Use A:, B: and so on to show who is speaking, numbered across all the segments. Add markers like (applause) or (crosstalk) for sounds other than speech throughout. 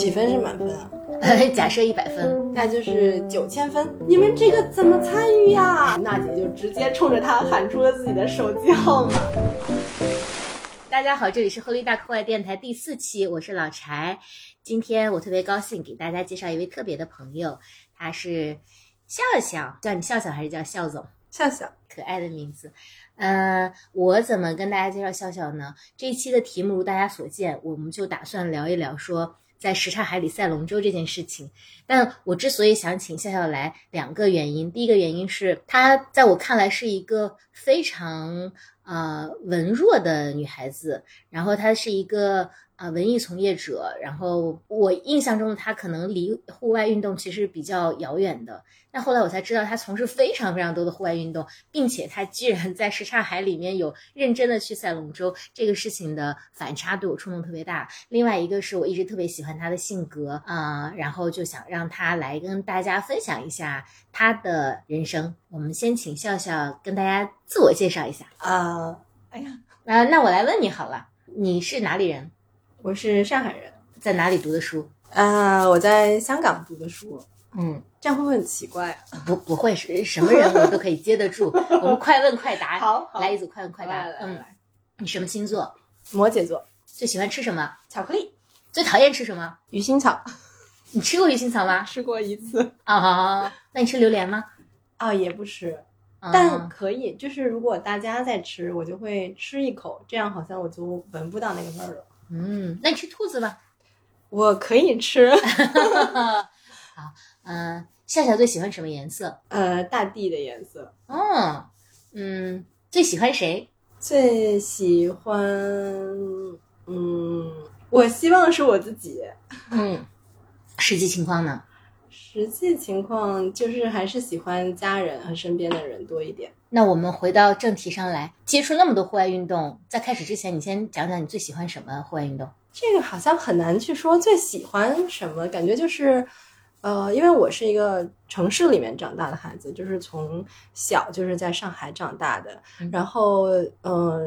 A: 几分是满分啊？
B: (laughs) 假设一百分，
A: 那就是九千分。你们这个怎么参与呀？娜姐就直接冲着他喊出了自己的手机号码。
B: 大家好，这里是后力大课外电台第四期，我是老柴。今天我特别高兴给大家介绍一位特别的朋友，他是笑笑，叫你笑笑还是叫笑总？
A: 笑笑，
B: 可爱的名字。呃，我怎么跟大家介绍笑笑呢？这一期的题目如大家所见，我们就打算聊一聊说在什刹海里赛龙舟这件事情。但我之所以想请笑笑来，两个原因。第一个原因是她在我看来是一个非常呃文弱的女孩子，然后她是一个啊、呃文艺从业者，然后我印象中的她可能离户外运动其实比较遥远的。但后来我才知道，她从事非常非常多的户外运动，并且她居然在什刹海里面有认真的去赛龙舟，这个事情的反差对我触动特别大。另外一个是我一直特别喜欢她的性格啊、呃然后就想让她来跟大家分享一下她的人生。我们先请笑笑跟大家自我介绍一下
A: 啊，哎呀，
B: 啊、那我来问你好了，你是哪里人？
A: 我是上海人，
B: 在哪里读的书？
A: 啊，我在香港读的书，
B: 嗯，
A: 这样会不会很奇怪啊？
B: 不不会是什么人我都可以接
A: (laughs)
B: 得住。我们快问快答，
A: 好好
B: 来一组快问快答。
A: 来来
B: 嗯，
A: 来，
B: 你什么星座？
A: 摩羯座，
B: 最喜欢吃什么？
A: 巧克力，
B: 最讨厌吃什么？
A: 鱼腥草，
B: 你吃过鱼腥草吗？
A: 吃过一次
B: 啊、那你吃榴莲吗？
A: 啊，也不吃，
B: 啊
A: 但可以，就是如果大家在吃，我就会吃一口，这样好像我就闻不到那个味儿了。
B: 嗯，那你吃兔子吧。 (laughs)
A: 我可以吃，
B: 好，嗯、夏夏最喜欢什么颜色？
A: 呃，大地的颜色，
B: 哦，嗯，最喜欢谁？
A: 最喜欢，嗯，我希望是我自己。
B: 嗯，实际情况呢？
A: 实际情况就是还是喜欢家人和身边的人多一点。
B: 那我们回到正题上来，接触那么多户外运动，在开始之前，你先讲讲你最喜欢什么户外运动？
A: 这个好像很难去说最喜欢什么，感觉就是，呃，因为我是一个城市里面长大的孩子，就是从小就是在上海长大的
B: 嗯，
A: 然后嗯、呃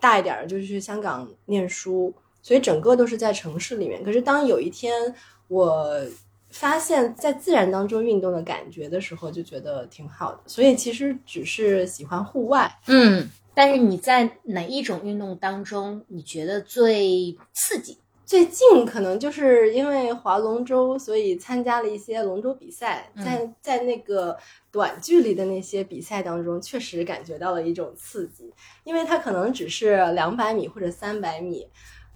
A: 大一点儿就是去香港念书，所以整个都是在城市里面。可是当有一天我发现，在自然当中运动的感觉的时候，就觉得挺好的。所以其实只是喜欢户外，
B: 嗯，但是你在哪一种运动当中，你觉得最刺激？
A: 最近可能就是因为划龙舟，所以参加了一些龙舟比赛，
B: 嗯
A: 在在那个短距离的那些比赛当中，确实感觉到了一种刺激，因为它可能只是两百米或者三百米，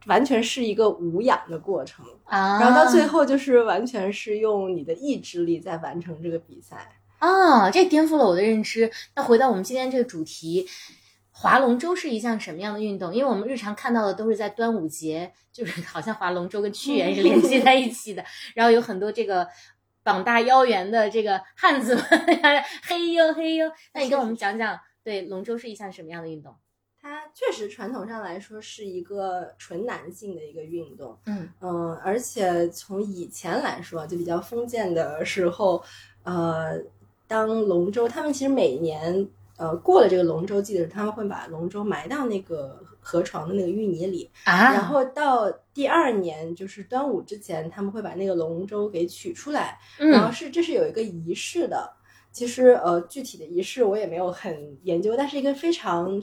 A: 完全是一个无氧的过程，
B: 啊，
A: 然后到最后就是完全是用你的意志力在完成这个比赛。
B: 啊，这颠覆了我的认知。那回到我们今天这个主题，划龙舟是一项什么样的运动？因为我们日常看到的都是在端午节，就是 (laughs) 好像划龙舟跟屈原是联系在一起的，然后有很多这个。膀大腰圆的这个汉子们， (laughs) 嘿呦嘿呦，那你跟我们讲讲，对龙舟是一项什么样的运动？
A: 它确实传统上来说是一个纯男性的一个运动，
B: 嗯
A: 嗯，而且从以前来说，就比较封建的时候，呃，当龙舟，他们其实每年呃过了这个龙舟季的时候，他们会把龙舟埋到那个河床的那个淤泥里，
B: 啊，
A: 然后到第二年就是端午之前，他们会把那个龙舟给取出来，然后
B: 嗯
A: 是这是有一个仪式的。其实呃，具体的仪式我也没有很研究，但是一个非常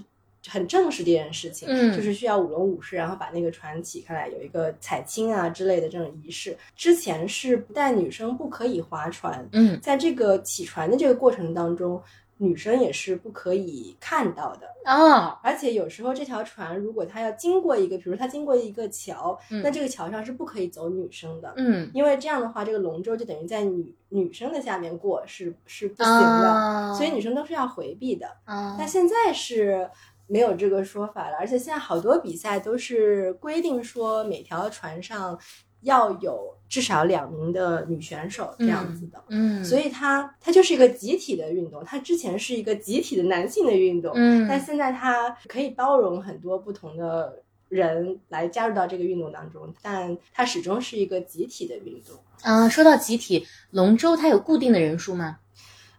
A: 很正式的一件事情，
B: 嗯
A: 就是需要舞龙舞狮，然后把那个船起开来，有一个采青啊之类的这种仪式。之前是不但女生不可以划船，
B: 嗯
A: 在这个起船的这个过程当中，女生也是不可以看到的。
B: 哦，
A: 而且有时候这条船如果它要经过一个，比如它经过一个桥，
B: 嗯
A: 那这个桥上是不可以走女生的。
B: 嗯
A: 因为这样的话，这个龙舟就等于在女女生的下面过是是不行的，
B: 啊，
A: 所以女生都是要回避的。
B: 啊
A: 但现在是没有这个说法了，而且现在好多比赛都是规定说每条船上要有至少两名的女选手这样子的，
B: 嗯，
A: 所
B: 以
A: 以它它就是一个集体的运动，它之前是一个集体的男性的运动，
B: 嗯，
A: 但现在它可以包容很多不同的人来加入到这个运动当中，但它始终是一个集体的运动。
B: 啊，说到集体龙舟，它有固定的人数吗？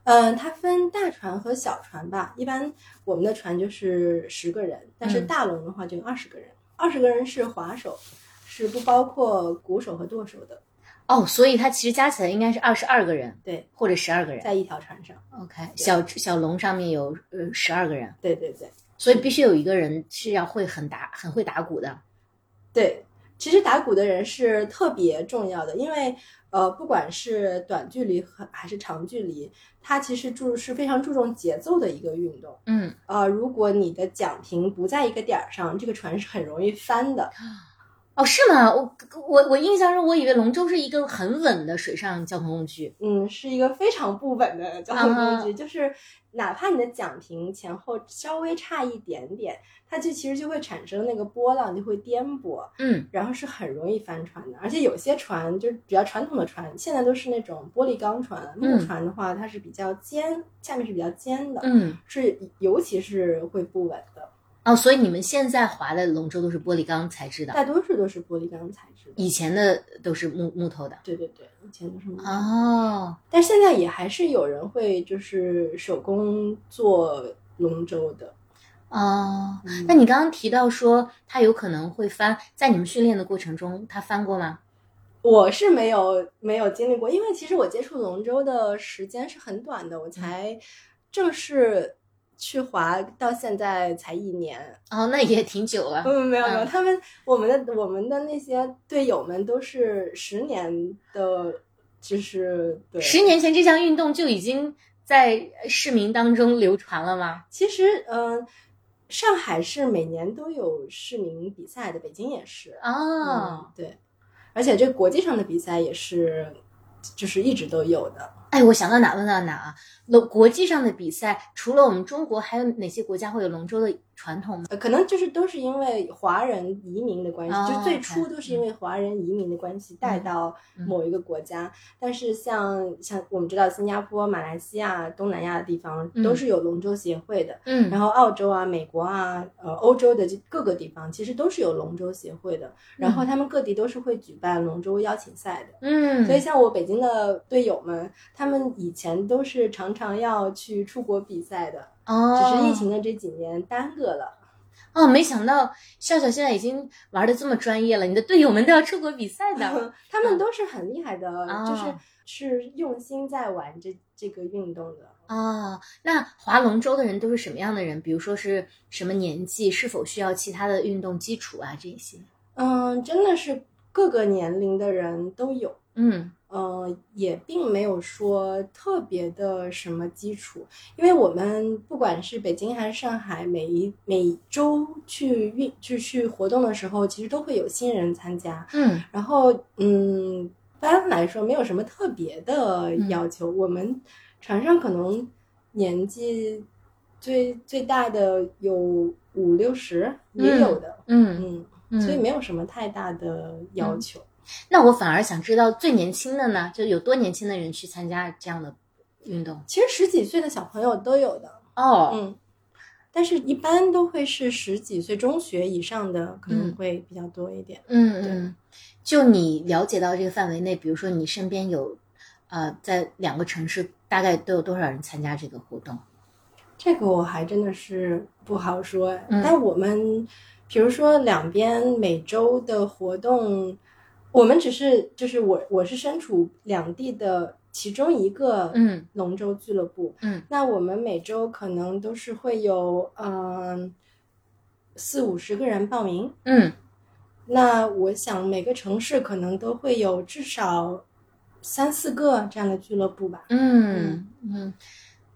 A: 嗯，它分大船和小船吧。一般我们的船就是十个人，但是
B: 嗯
A: 大龙的话就有二十个人。二十个人是划手，是不包括鼓手和舵手的。
B: 哦，所以它其实加起来应该是二十二个人，
A: 对，
B: 或者十二个人。
A: 在一条船上。
B: OK，小小龙上面有呃十二个人，
A: 对对对
B: 所以必须有一个人是要会很打很会打鼓的。
A: 对，其实打鼓的人是特别重要的，因为呃，不管是短距离和还是长距离，它其实注是非常注重节奏的一个运动。
B: 嗯，
A: 呃，如果你的桨停不在一个点儿上，这个船是很容易翻的。
B: 哦，是吗？我我我印象中，我以为龙舟是一个很稳的水上交通工具。
A: 嗯，是一个非常不稳的交通工具
B: 啊
A: 就是哪怕你的桨停前后稍微差一点点，它就其实就会产生那个波浪，就会颠簸，
B: 嗯，
A: 然后是很容易翻船的。而且有些船就是比较传统的船，现在都是那种玻璃钢船，木
B: 嗯
A: 船的话它是比较尖，下面是比较尖的，
B: 嗯，
A: 是尤其是会不稳的，
B: 哦，所以你们现在划的龙舟都是玻璃钢材质的，
A: 大多数都是玻璃钢材质的。
B: 以前的都是木木头的。
A: 对对对，以前都是木头
B: 哦，
A: 但现在也还是有人会就是手工做龙舟的。
B: 哦，
A: 嗯
B: 那你刚刚提到说它有可能会翻，在你们训练的过程中，它翻过吗？
A: 我是没有没有经历过，因为其实我接触龙舟的时间是很短
B: 嗯
A: 的，我才正式去划到现在才一年。
B: 哦，那也挺久了。
A: (laughs) 嗯，没有没有，
B: 嗯
A: 他们我们的我们的那些队友们都是十年的，就是对
B: 十年前这项运动就已经在市民当中流传了吗？
A: 其实，嗯、上海是每年都有市民比赛的，北京也是。
B: 哦，
A: 嗯，对，而且这国际上的比赛也是，就是一直都有的。
B: 哎，我想到哪问到哪啊！龙国际上的比赛，除了我们中国，还有哪些国家会有龙舟的传统吗？
A: 呃，可能就是都是因为华人移民的关系，
B: 哦
A: 就最
B: OK，
A: 初都是因为华人移民的关系带到
B: 嗯
A: 某一个国家。但是像像我们知道新加坡、马来西亚、东南亚的地方
B: 嗯
A: 都是有龙舟协会的，
B: 嗯
A: 然后澳洲啊、美国啊、呃欧洲的这各个地方其实都是有龙舟协会的，然后他们各地都是会举办龙舟邀请赛的。
B: 嗯，
A: 所以像我北京的队友们，他们以前都是常常要去出国比赛的，
B: 哦，
A: 只是疫情的这几年耽搁了。
B: 哦，没想到笑笑现在已经玩的这么专业了，你的队友们都要出国比赛
A: (laughs)
B: 的。
A: 他们都是很厉害的，
B: 哦
A: 就是是用心在玩这这个运动的。
B: 哦，那划龙舟的人都是什么样的人？比如说是什么年纪，是否需要其他的运动基础啊？这些？
A: 嗯，真的是各个年龄的人都有。
B: 嗯
A: 呃，也并没有说特别的什么基础，因为我们不管是北京还是上海，每一每周去运去去活动的时候，其实都会有新人参加。
B: 嗯
A: 然后，嗯，一般来说没有什么特别的
B: 嗯
A: 要求。我们船上可能年纪最最大的有五六十，也有的，
B: 嗯
A: 嗯，
B: 嗯，
A: 所以没有什么太大的要求。
B: 那我反而想知道最年轻的呢，就有多年轻的人去参加这样的运动
A: 其实十几岁的小朋友都有的，
B: 哦
A: 嗯，但是一般都会是十几岁中学以上的可能
B: 嗯
A: 会比较多一点。
B: 嗯嗯，就你了解到这个范围内，比如说你身边有，呃，在两个城市大概都有多少人参加这个活动？
A: 这个我还真的是不好说，哎
B: 嗯
A: 但我们比如说两边每周的活动，我们只是就是我我是身处两地的其中一个
B: 嗯
A: 龙舟俱乐部，
B: 嗯，
A: 那我们每周可能都是会有嗯四五十个人报名，
B: 嗯。
A: 那我想每个城市可能都会有至少三四个这样的俱乐部吧，
B: 嗯嗯，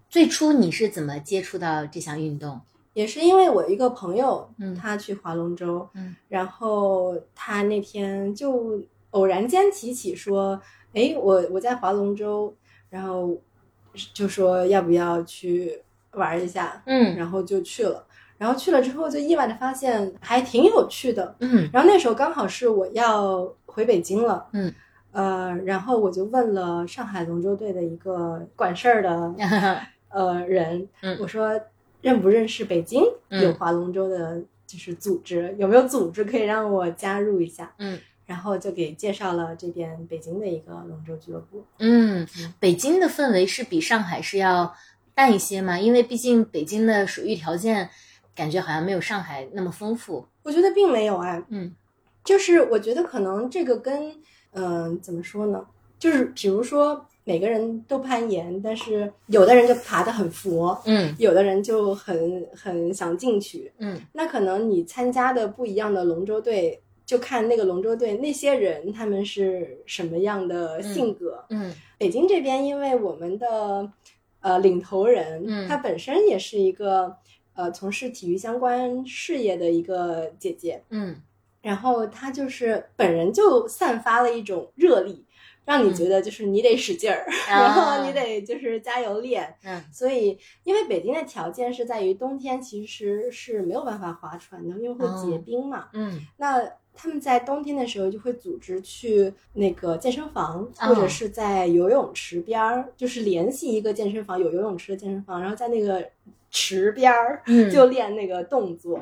B: 最初你是怎么接触到这项运动？
A: 也是因为我一个朋友，
B: 嗯
A: 他去划龙舟，
B: 嗯，
A: 然后他那天就偶然间提起说，哎，我我在划龙舟，然后就说要不要去玩一下，
B: 嗯
A: 然后就去了，然后去了之后就意外的发现还挺有趣的，
B: 嗯
A: 然后那时候刚好是我要回北京了，
B: 嗯，
A: 呃，然后我就问了上海龙舟队的一个管事儿的呃人，
B: 嗯
A: 我说认不认识北京
B: 嗯
A: 有划龙舟的，就是组织、有没有组织可以让我加入一下？
B: 嗯
A: 然后就给介绍了这边北京的一个龙舟俱乐部。
B: (laughs) 嗯，北京的氛围是比上海是要淡一些嘛？因为毕竟北京的水域条件感觉好像没有上海那么丰富。
A: 我觉得并没有啊，
B: 嗯
A: 就是我觉得可能这个跟嗯、怎么说呢？就是比如说每个人都攀岩，但是有的人就爬得很佛，
B: 嗯
A: 有的人就很很想进去。
B: 嗯
A: 那可能你参加的不一样的龙舟队，就看那个龙舟队那些人他们是什么样的性格。
B: 嗯
A: 北京这边，因为我们的呃领头人，
B: 嗯
A: 她本身也是一个呃从事体育相关事业的一个姐姐，
B: 嗯
A: 然后她就是本人就散发了一种热力，让
B: 嗯
A: 你觉得就是你得使劲儿， (laughs) (laughs)
B: 啊
A: 然后你得就是加油练。
B: 嗯
A: 所以，因为北京的条件是在于冬天其实是没有办法划船的，因为会结冰嘛。
B: 嗯
A: 那他们在冬天的时候就会组织去那个健身房，
B: 哦
A: 或者是在游泳池边儿，就是联系一个健身房有游泳池的健身房，然后在那个池边儿
B: 嗯
A: 就练那个动作，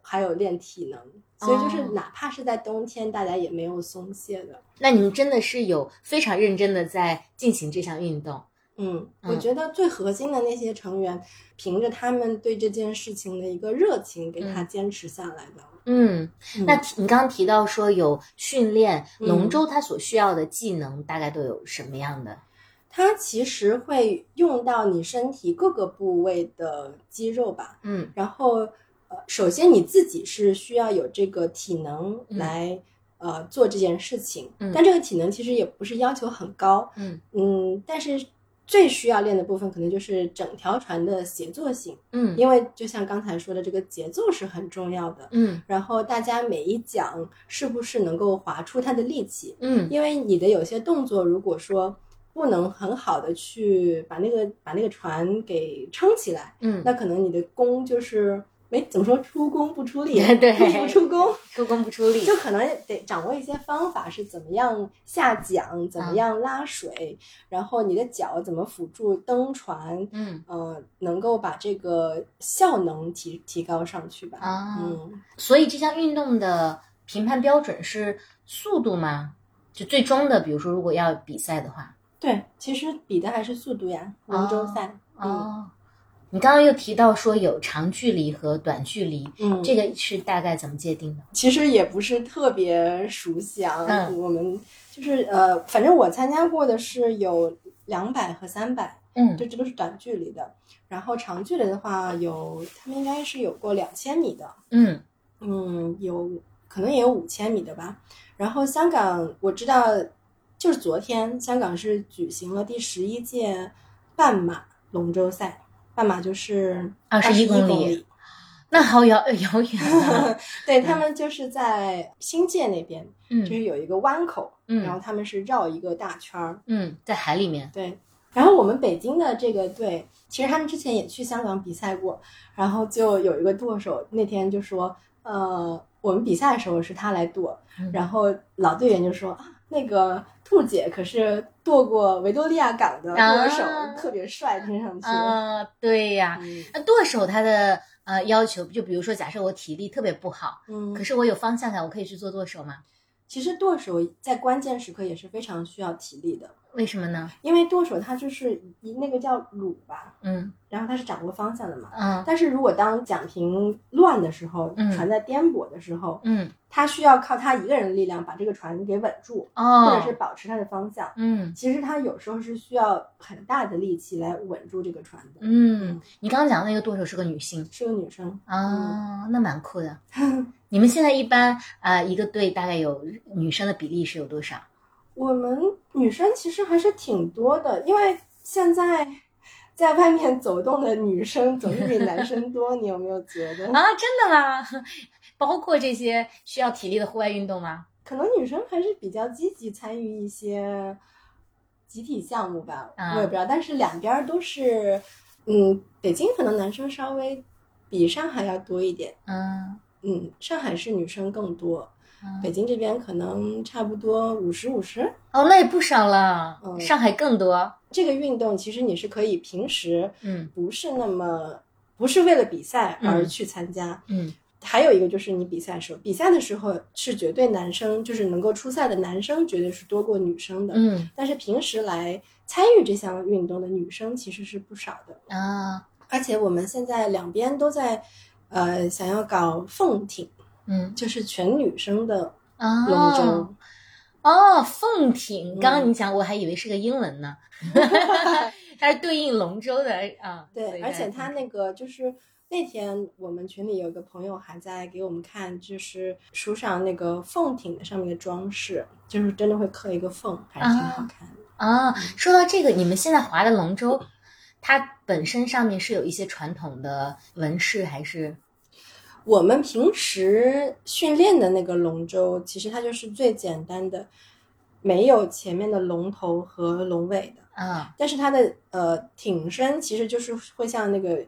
A: 还有练体能。所以就是
B: 哦
A: 哪怕是在冬天，大家也没有松懈的。
B: 那你们真的是有非常认真的在进行这项运动，
A: 嗯，我
B: 嗯
A: 觉得最核心的那些成员，凭着他们对这件事情的一个热情，给他坚持下来的。
B: 嗯，
A: 嗯
B: 那提你刚刚提到说有训练
A: 嗯
B: 龙舟，它所需要的技能大概都有什么样的？
A: 它其实会用到你身体各个部位的肌肉吧。
B: 嗯
A: 然后，呃，首先你自己是需要有这个体能
B: 嗯
A: 来、呃做这件事情，
B: 嗯
A: 但这个体能其实也不是要求很高，
B: 嗯
A: 嗯，但是最需要练的部分可能就是整条船的协作性，
B: 嗯
A: 因为就像刚才说的，这个节奏是很重要的。
B: 嗯
A: 然后大家每一桨是不是能够划出它的力气？
B: 嗯
A: 因为你的有些动作，如果说不能很好的去把那个把那个船给撑起来，
B: 嗯，
A: 那可能你的功就是没怎么说出工不出力，
B: (laughs) 对
A: 力不出工，
B: 出工不出力，
A: 就可能得掌握一些方法，是怎么样下桨，怎
B: 啊
A: 么样拉水，然后你的脚怎么辅助蹬船。
B: 嗯
A: 呃，能够把这个效能提提高上去吧。
B: 啊
A: 嗯，
B: 所以这项运动的评判标准是速度吗？就最终的，比如说如果要比赛的话，
A: 对，其实比的还是速度呀，
B: 啊
A: 龙舟赛。
B: 哦，你刚刚又提到说有长距离和短距离，
A: 嗯，
B: 这个是大概怎么界定的？
A: 其实也不是特别熟悉啊。
B: 嗯
A: 我们就是呃，反正我参加过的是有两百和三百，
B: 嗯
A: 这这都是短距离的。然后长距离的话有，他们应该是有过两千米的，
B: 嗯
A: 嗯，有可能也有五千米的吧。然后香港我知道，就是昨天香港是举行了第十一届半马龙舟赛，半马就是21
B: 21啊公里
A: 公里。
B: 那好遥 (laughs) 遥远
A: (laughs)
B: 啊
A: 对他们就是在新界那边，就
B: 嗯
A: 是有一个湾口，然后
B: 嗯
A: 他们是绕一个大圈儿。
B: 嗯，在海里面，
A: 对，然后我们北京的这个队，其实他们之前也去香港比赛过，然后就有一个舵手那天就说，呃，我们比赛的时候是他来舵，
B: 嗯
A: 然后老队员就说啊，那个兔姐可是舵过维多利亚港的舵手，
B: 啊
A: 特别帅，听上去。
B: 啊、对呀、
A: 嗯
B: 那舵手他的呃要求，就比如说，假设我体力特别不好，
A: 嗯
B: 可，是我有方向感，我可以去做舵手吗？
A: 其实舵手在关键时刻也是非常需要体力的，
B: 为什么呢？
A: 因为舵手他就是以那个叫橹吧，
B: 嗯
A: 然后他是掌握方向的嘛。
B: 嗯
A: 但是如果当桨平乱的时候，
B: 嗯
A: 船在颠簸的时候，
B: 嗯
A: 他需要靠他一个人的力量把这个船给稳住，或者是
B: 哦，
A: 保持它的方向。
B: 嗯
A: 其实他有时候是需要很大的力气来稳住这个船的。
B: 嗯，你刚刚讲的那个舵手是个女性
A: 是个女生，
B: 啊、哦，那蛮酷 (laughs) 的。你们现在一般啊、呃一个队大概有女生的比例是有多少？
A: 我们女生其实还是挺多的，因为现在 (laughs) 在外面走动的女生总是比男生多，你有没有觉得？
B: 啊，真的吗？ (laughs) 包括这些需要体力的户外运动吗？
A: 可能女生还是比较积极参与一些集体项目吧，
B: 啊
A: 我也不知道。但是两边儿都是，嗯，北京可能男生稍微比上海要多一点，
B: 嗯，
A: 嗯，上海是女生更多，
B: 嗯
A: 北京这边可能差不多五十五十。
B: 哦，那也不少了，
A: 嗯
B: 上海更多。
A: 这个运动其实你是可以平时
B: 嗯
A: 不是那么不是为了比赛而
B: 嗯
A: 去参加，
B: 嗯
A: 还有一个就是你比赛的时候，比赛的时候是绝对男生就是能够出赛的男生绝对是多过女生的，
B: 嗯
A: 但是平时来参与这项运动的女生其实是不少的，
B: 啊
A: 而且我们现在两边都在，呃，想要搞凤艇，
B: 嗯
A: 就是全女生的
B: 啊
A: 龙舟。
B: 哦，凤挺，刚刚你讲，我还以为是个英文 (laughs) 呢，它是对应龙舟的啊。所
A: 对，
B: 以
A: 而
B: 大
A: 且
B: 家
A: 他那个就是那天我们群里有个朋友还在给我们看，就是书上那个凤艇的上面的装饰，就是真的会刻一个凤，还是挺好看的。
B: 啊，说到这个，你们现在划的龙舟，它本身上面是有一些传统的纹饰，还是
A: 我们平时训练的那个龙舟，其实它就是最简单的，没有前面的龙头和龙尾的，
B: 啊
A: 但是它的呃艇身其实就是会像那个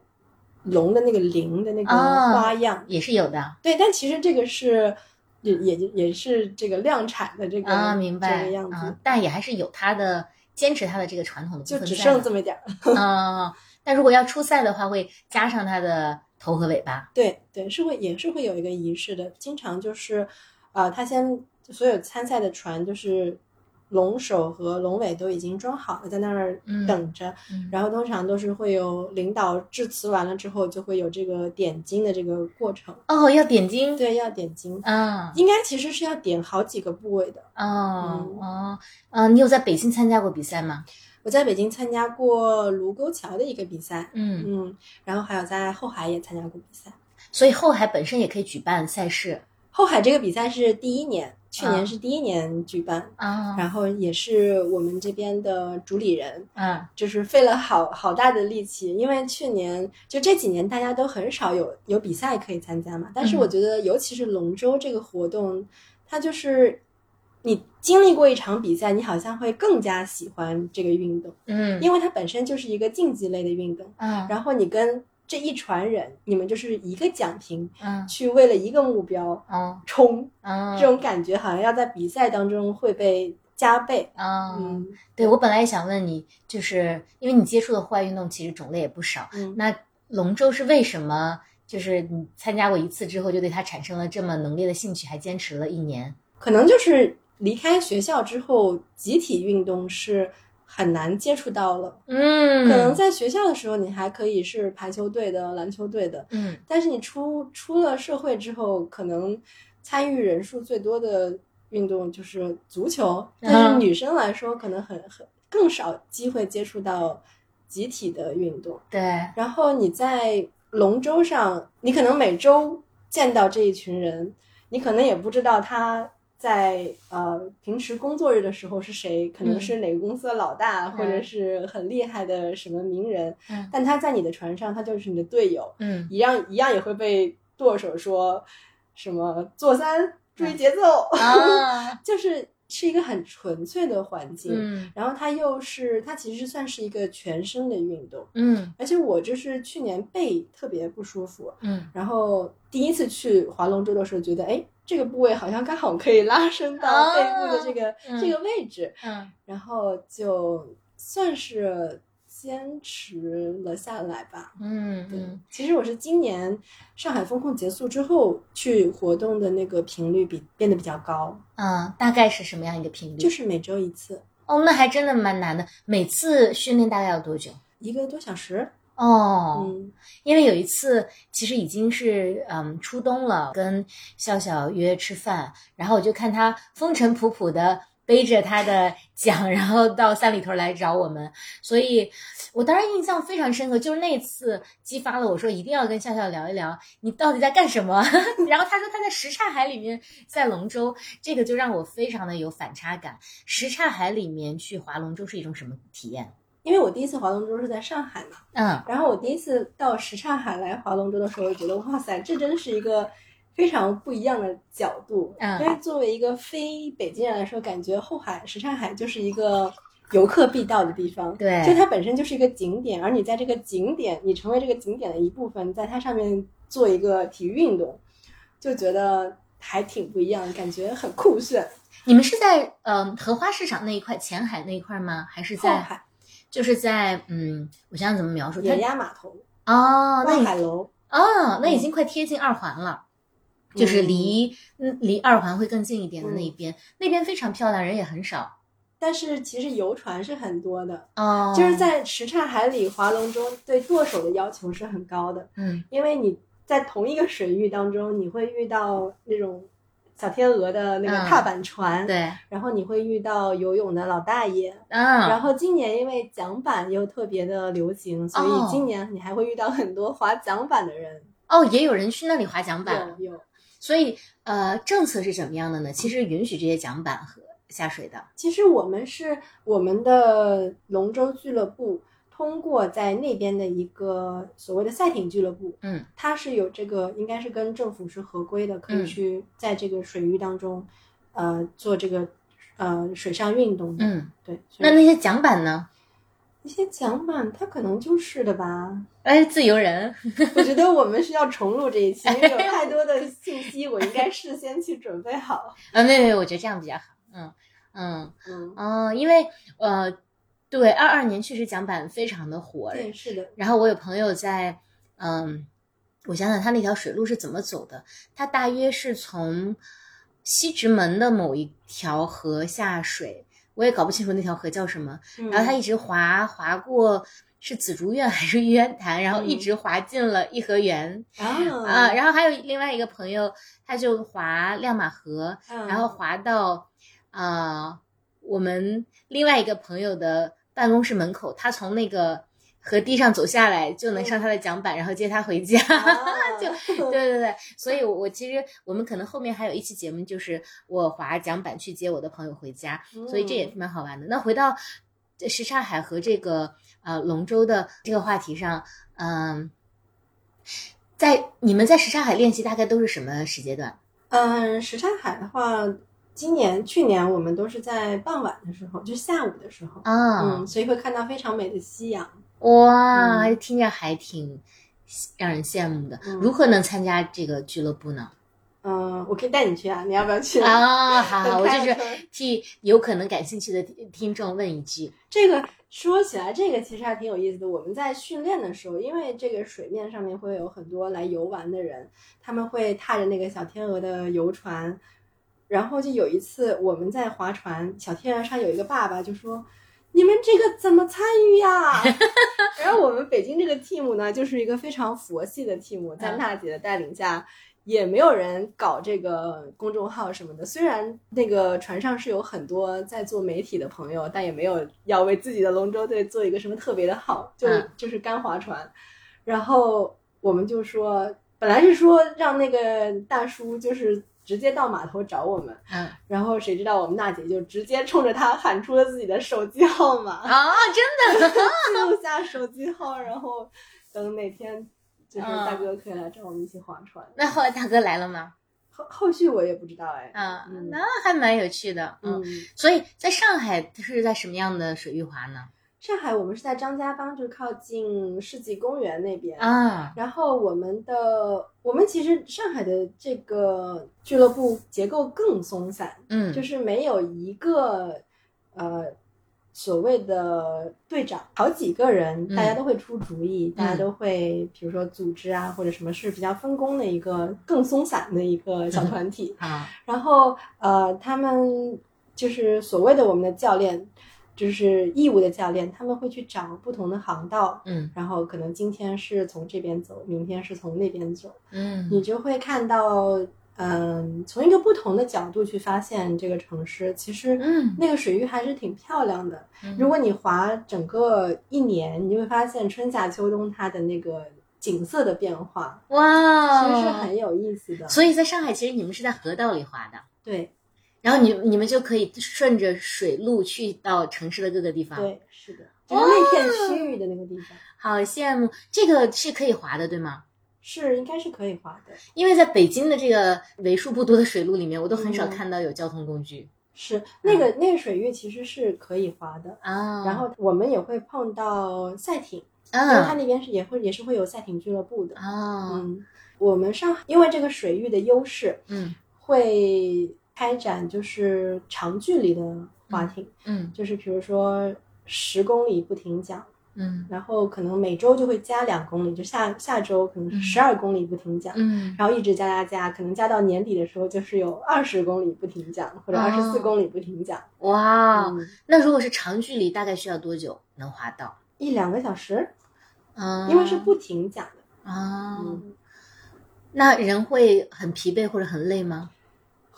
A: 龙的那个翎的那个
B: 啊
A: 花样，
B: 也是有的
A: 对，但其实这个是也也也是这个量产的这个
B: 啊？明白
A: 这个样子，
B: 啊，但也还是有它的坚持它的这个传统的部
A: 就
B: 分
A: 只
B: 在
A: 剩
B: 的
A: 这么一点儿。
B: 啊。但如果要出赛的话，会加上它的头和尾巴
A: 对对，是会也是会有一个仪式的，经常就是，呃，他先所有参赛的船就是龙首和龙尾都已经装好了，在那儿
B: 嗯
A: 等着。
B: 嗯
A: 然后通常都是会有领导致辞完了之后，就会有这个点睛的这个过程。
B: 哦，要点睛
A: 对，要点睛，
B: 啊
A: 应该其实是要点好几个部位的。
B: 哦
A: 嗯
B: 哦嗯，你有在北京参加过比赛吗？
A: 我在北京参加过卢沟桥的一个比赛，
B: 嗯，
A: 嗯，然后还有在后海也参加过比赛。
B: 所以后海本身也可以举办赛事
A: 后海这个比赛是第一年，去
B: 啊
A: 年是第一年举办，
B: 啊
A: 然后也是我们这边的主理人，
B: 啊
A: 就是费了好好大的力气，因为去年就这几年大家都很少有有比赛可以参加嘛，但是
B: 嗯
A: 我觉得尤其是龙舟这个活动，它就是你经历过一场比赛，你好像会更加喜欢这个运动，
B: 嗯
A: 因为它本身就是一个竞技类的运动，
B: 啊
A: 然后你跟这一船人，你们就是一个奖评，
B: 嗯
A: 去为了一个目标
B: 哦
A: 冲，
B: 嗯
A: 这种感觉好像要在比赛当中会被加倍。
B: 啊，
A: 嗯
B: 对我本来也想问你，就是因为你接触的户外运动其实种类也不少，
A: 嗯，
B: 那龙舟是为什么？就是你参加过一次之后，就对它产生了这么浓烈的兴趣，还坚持了一年。
A: 可能就是离开学校之后，集体运动是很难接触到了。
B: 嗯
A: 可能在学校的时候，你还可以是排球队的、篮球队的，
B: 嗯
A: 但是你出出了社会之后，可能参与人数最多的运动就是足球，但是女生来说，可能很很更少机会接触到集体的运动。
B: 对
A: 然后你在龙舟上，你可能每周见到这一群人，你可能也不知道他在呃平时工作日的时候是谁，可能是哪个公司的老大，或者是很厉害的什么名人，
B: 嗯
A: 但他在你的船上，他就是你的队友，
B: 嗯
A: 一样一样也会被舵手说什么坐三注意节奏，
B: (laughs) 啊
A: (laughs) 就是是一个很纯粹的环境。
B: 嗯
A: 然后它又是，它其实算是一个全身的运动，
B: 嗯
A: 而且我就是去年背特别不舒服，
B: 嗯
A: 然后第一次去划龙舟的时候，觉得哎，这个部位好像刚好可以拉伸
B: 啊
A: 到背部的这个、
B: 嗯
A: 这个位置，
B: 嗯
A: 然后就算是坚持了下来吧。
B: 嗯
A: 对
B: 嗯，
A: 其实我是今年上海风控结束之后去活动的那个频率比变得比较高，
B: 嗯，大概是什么样一个频率？
A: 就是每周一次，
B: 哦，那还真的蛮难的。每次训练大概要多久？
A: 一个多小时。
B: 哦，
A: 嗯
B: 因为有一次其实已经是嗯初冬了，跟笑笑约吃饭，然后我就看他风尘仆仆的背着他的桨，然后到三里屯来找我们，所以我当时印象非常深刻，就是那次激发了我说一定要跟笑笑聊一聊，你到底在干什么？ (laughs) 然后他说他在什刹海里面在龙舟，这个就让我非常的有反差感。什刹海里面去划龙舟是一种什么体验？
A: 因为我第一次划龙舟是在上海嘛，
B: 嗯
A: 然后我第一次到什刹海来划龙舟的时候，觉得哇塞，这真是一个非常不一样的角度。
B: 嗯
A: 因为作为一个非北京人来说，感觉后海什刹海就是一个游客必到的地方。
B: 对
A: 就它本身就是一个景点，而你在这个景点，你成为这个景点的一部分，在它上面做一个体育运动，就觉得还挺不一样，感觉很酷炫。
B: 你们是在嗯荷花市场那一块前海那一块吗？还是
A: 后
B: 在
A: 海
B: 就是在嗯，我想想怎么描述它
A: 野鸭码头、
B: 哦，那
A: 望
B: 已
A: 海楼，
B: 哦，那已经快贴近二环了，就是
A: 嗯
B: 离嗯离二环会更近一点的那一边，那边非常漂亮，人也很少
A: 但是其实游船是很多的。
B: 哦，
A: 就是在什刹海里划龙舟，对舵手的要求是很高的，
B: 嗯
A: 因为你在同一个水域当中，你会遇到那种小天鹅的那个
B: 嗯
A: 踏板船，
B: 对，
A: 然后你会遇到游泳的老大爷，
B: 嗯，
A: 然后今年因为桨板又特别的流行，所
B: 哦
A: 以今年你还会遇到很多滑桨板的人。
B: 哦，也有人去那里划桨板，
A: 有有，
B: 所以呃，政策是怎么样的呢？其实允许这些桨板和下水的，
A: 其实我们是我们的龙舟俱乐部通过在那边的一个所谓的赛艇俱乐部，
B: 嗯，
A: 它是有这个应该是跟政府是合规的，可以
B: 嗯
A: 去在这个水域当中，呃，做这个呃水上运动的。
B: 嗯，
A: 对，所
B: 那
A: 以
B: 那些桨板呢？
A: 那些桨板它可能就是的吧。
B: 哎，自由人， (laughs)
A: (laughs) 我觉得我们是要重录这一期，因为有太多的信息，我应该事先去准备好。
B: (laughs) 呃，没有没有，我觉得这样比较好，嗯嗯
A: 嗯，
B: 嗯、因为呃，对，二二年确实桨板非常的火，
A: 对，是的，
B: 然后我有朋友在，嗯，我想想他那条水路是怎么走的，他大约是从西直门的某一条河下水，我也搞不清楚那条河叫什么，
A: 嗯
B: 然后他一直滑滑过是紫竹院还是玉渊潭，然后一
A: 嗯
B: 直滑进了颐和园、
A: 他
B: (laughs) 啊，，然后还有另外一个朋友，他就滑亮马河，
A: 嗯
B: 然后滑到呃我们另外一个朋友的办公室门口，他从那个河堤上走下来就能上他的桨板，然后接他回家。
A: 啊
B: 就 (laughs) 对对对，所以我，我其实我们可能后面还有一期节目，就是我滑桨板去接我的朋友回家，所以这
A: 嗯
B: 也是蛮好玩的。那回到这什刹海和这个呃龙舟的这个话题上，嗯、在你们在什刹海练习大概都是什么时间段？
A: 嗯，什刹海的话，今年、去年我们都是在傍晚的时候，就下午的时候，
B: 啊、
A: 嗯，所以会看到非常美的夕阳。
B: 哇，
A: 嗯
B: 听着还挺让人羡慕的。
A: 嗯
B: 如何能参加这个俱乐
A: (laughs)
B: 部呢？
A: 嗯，我可以带你去啊，你要不要去？
B: 啊，好好，我就
A: 开了
B: 是
A: 车
B: 替有可能感兴趣的听听众问一句，
A: 这个说起来，这个其实还挺有意思的。我们在训练的时候，因为这个水面上面会有很多来游玩的人，他们会踏着那个小天鹅的游船，然后就有一次我们在划船，小天鹅上有一个爸爸就说：“你们这个怎么参与呀？”然后我们北京这个 team 呢，就是一个非常佛系的 team，在
B: 嗯
A: 娜姐的带领下。也没有人搞这个公众号什么的。虽然那个船上是有很多在做媒体的朋友，但也没有要为自己的龙舟队做一个什么特别的号，就、
B: 嗯
A: 就是干划船。然后我们就说，本来是说让那个大叔就是直接到码头找我们，
B: 嗯，
A: 然后谁知道我们娜姐就直接冲着他喊出了自己的手机号
B: (laughs)
A: 码，
B: 啊，真的，
A: 记录下手机号，然后等哪天就是大哥可以来找我们一起划船。
B: 那后来大哥来了吗？
A: 后后续我也不知道哎。
B: 啊
A: 嗯，
B: 那还蛮有趣的，嗯。
A: 嗯，
B: 所以在上海是在什么样的水域滑呢？
A: 上海我们是在张家浜，就靠近世纪公园那边。
B: 啊，
A: 然后我们的我们其实上海的这个俱乐部结构更松散，
B: 嗯，
A: 就是是没有一个呃所谓的队长，好几个人，
B: 嗯
A: 大家都会出主意，大家都会比如说组织啊，或者什么是比较分工的一个更松散的一个
B: (laughs)
A: 小团体。
B: 啊，
A: 然后呃，他们就是所谓的我们的教练，就是义务的教练，他们会去找不同的航道，
B: 嗯
A: 然后可能今天是从这边走，明天是从那边走，你
B: 嗯
A: 就会看到，嗯、从一个不同的角度去发现这个城市，其实
B: 嗯，
A: 那个水域还是挺漂亮的。如果你划整个一年，你就会发现春夏秋冬它的那个景色的变化，
B: 哇，哦
A: 其实是很有意思的。
B: 所以在上海，其实你们是在河道里滑的，
A: 对
B: 然后你你们就可以顺着水路去到城市的各个地方。，
A: 对，是的，就是那片区域的那个地方。
B: 好羡慕，这个是可以滑的，对吗？
A: 是，应该是可以划的。
B: 因为在北京的这个为数不多的水路里面，我都很少
A: 嗯
B: 看到有交通工具
A: 是那
B: 嗯
A: 个那个水域其实是可以划的，
B: 啊。
A: 然后我们也会碰到赛艇，因为它
B: 嗯
A: 那边是也会也是会有赛艇俱乐部的。
B: 啊
A: 嗯，我们上海因为这个水域的优势，
B: 嗯
A: 会开展就是长距离的划艇，
B: 嗯
A: 就是比如说十公里不停桨，
B: 嗯
A: 然后可能每周就会加两公里，就下下周可能是
B: 嗯
A: 十二公里不停桨。
B: 嗯
A: 然后一直加加加，可能加到年底的时候，就是有二十公里不停桨，或者
B: 哦
A: 二十四公里不停桨，
B: 哇，哦
A: 嗯，
B: 那如果是长距离，大概需要多久能滑到？
A: 一两个小时，
B: 嗯，
A: 因为是不停桨的，
B: 啊，
A: 嗯，
B: 那人会很疲惫或者很累吗？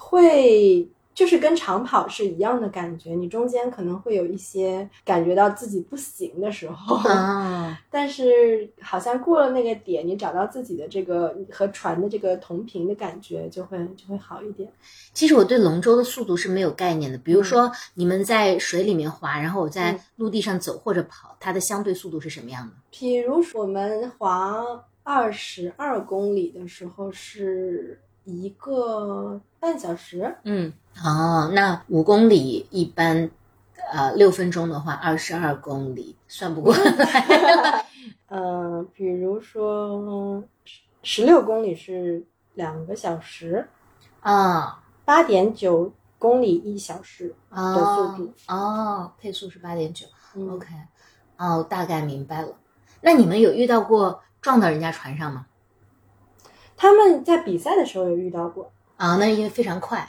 A: 会就是跟长跑是一样的感觉，你中间可能会有一些感觉到自己不行的时候，
B: 啊，
A: (laughs) 但是好像过了那个点，你找到自己的这个和船的这个同频的感觉，就会就会好一点。
B: 其实我对龙舟的速度是没有概念的。比如说，你们在水里面划，然后我在
A: 嗯
B: 陆地上走或者跑，它的相对速度是什么样的？
A: 比如说我们划二十二公里的时候是一个半小时，
B: 嗯，哦，那五公里一般，呃，六分钟的话，二十二公里算不过
A: 嗯
B: 来。
A: 呃，比如说十六公里是两个小时，
B: (laughs) 啊
A: 八点九公里一小时。
B: 啊，
A: 的速度
B: 哦，配速是八点九
A: 嗯
B: ，OK，哦，大概明白了。那你们有遇到过撞到人家船上吗？
A: 他们在比赛的时候有遇到过。
B: 啊，那因为非常快，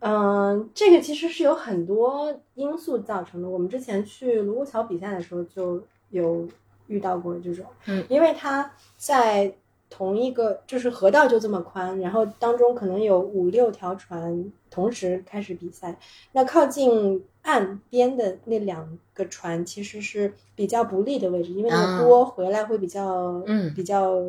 A: 嗯、这个其实是有很多因素造成的。我们之前去卢沟桥比赛的时候就有遇到过这种，
B: 嗯
A: 因为它在同一个就是河道就这么宽，然后当中可能有五六条船同时开始比赛，那靠近岸边的那两个船其实是比较不利的位置，因为那
B: 啊
A: 个波回来会比较
B: 嗯
A: 比较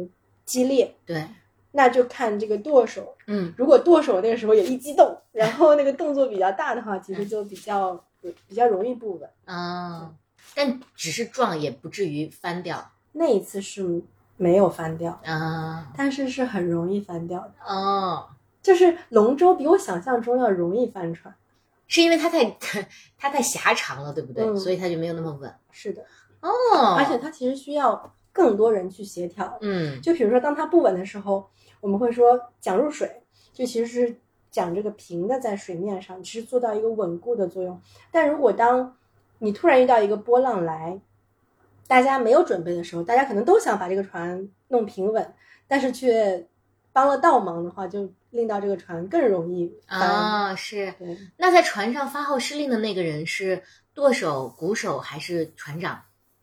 A: 激烈，
B: 对，
A: 那就看这个舵手
B: 嗯
A: 如果剁手那个时候也一激动，然后那个动作比较大的话，其实就比较比较容易不稳。
B: 啊，但只是撞也不至于翻掉
A: 那一次是没有翻掉，
B: 啊，
A: 但是是很容易翻掉的。
B: 哦，
A: 就是龙舟比我想象中要容易翻船。
B: 是因为它太它太狭长了，对不对？
A: 嗯
B: 所以它就没有那么稳
A: 是的，
B: 哦，
A: 而且它其实需要更多人去协调。
B: 嗯
A: 就比如说，当它不稳的时候，我们会说桨入水，就其实是桨这个平的在水面上，其实做到一个稳固的作用。但如果当你突然遇到一个波浪来，大家没有准备的时候，大家可能都想把这个船弄平稳，但是却帮了倒忙的话，就令到这个船更容易翻。
B: 啊、是。
A: 对，
B: 那在船上发号施令的那个人是舵手、鼓手还是船长、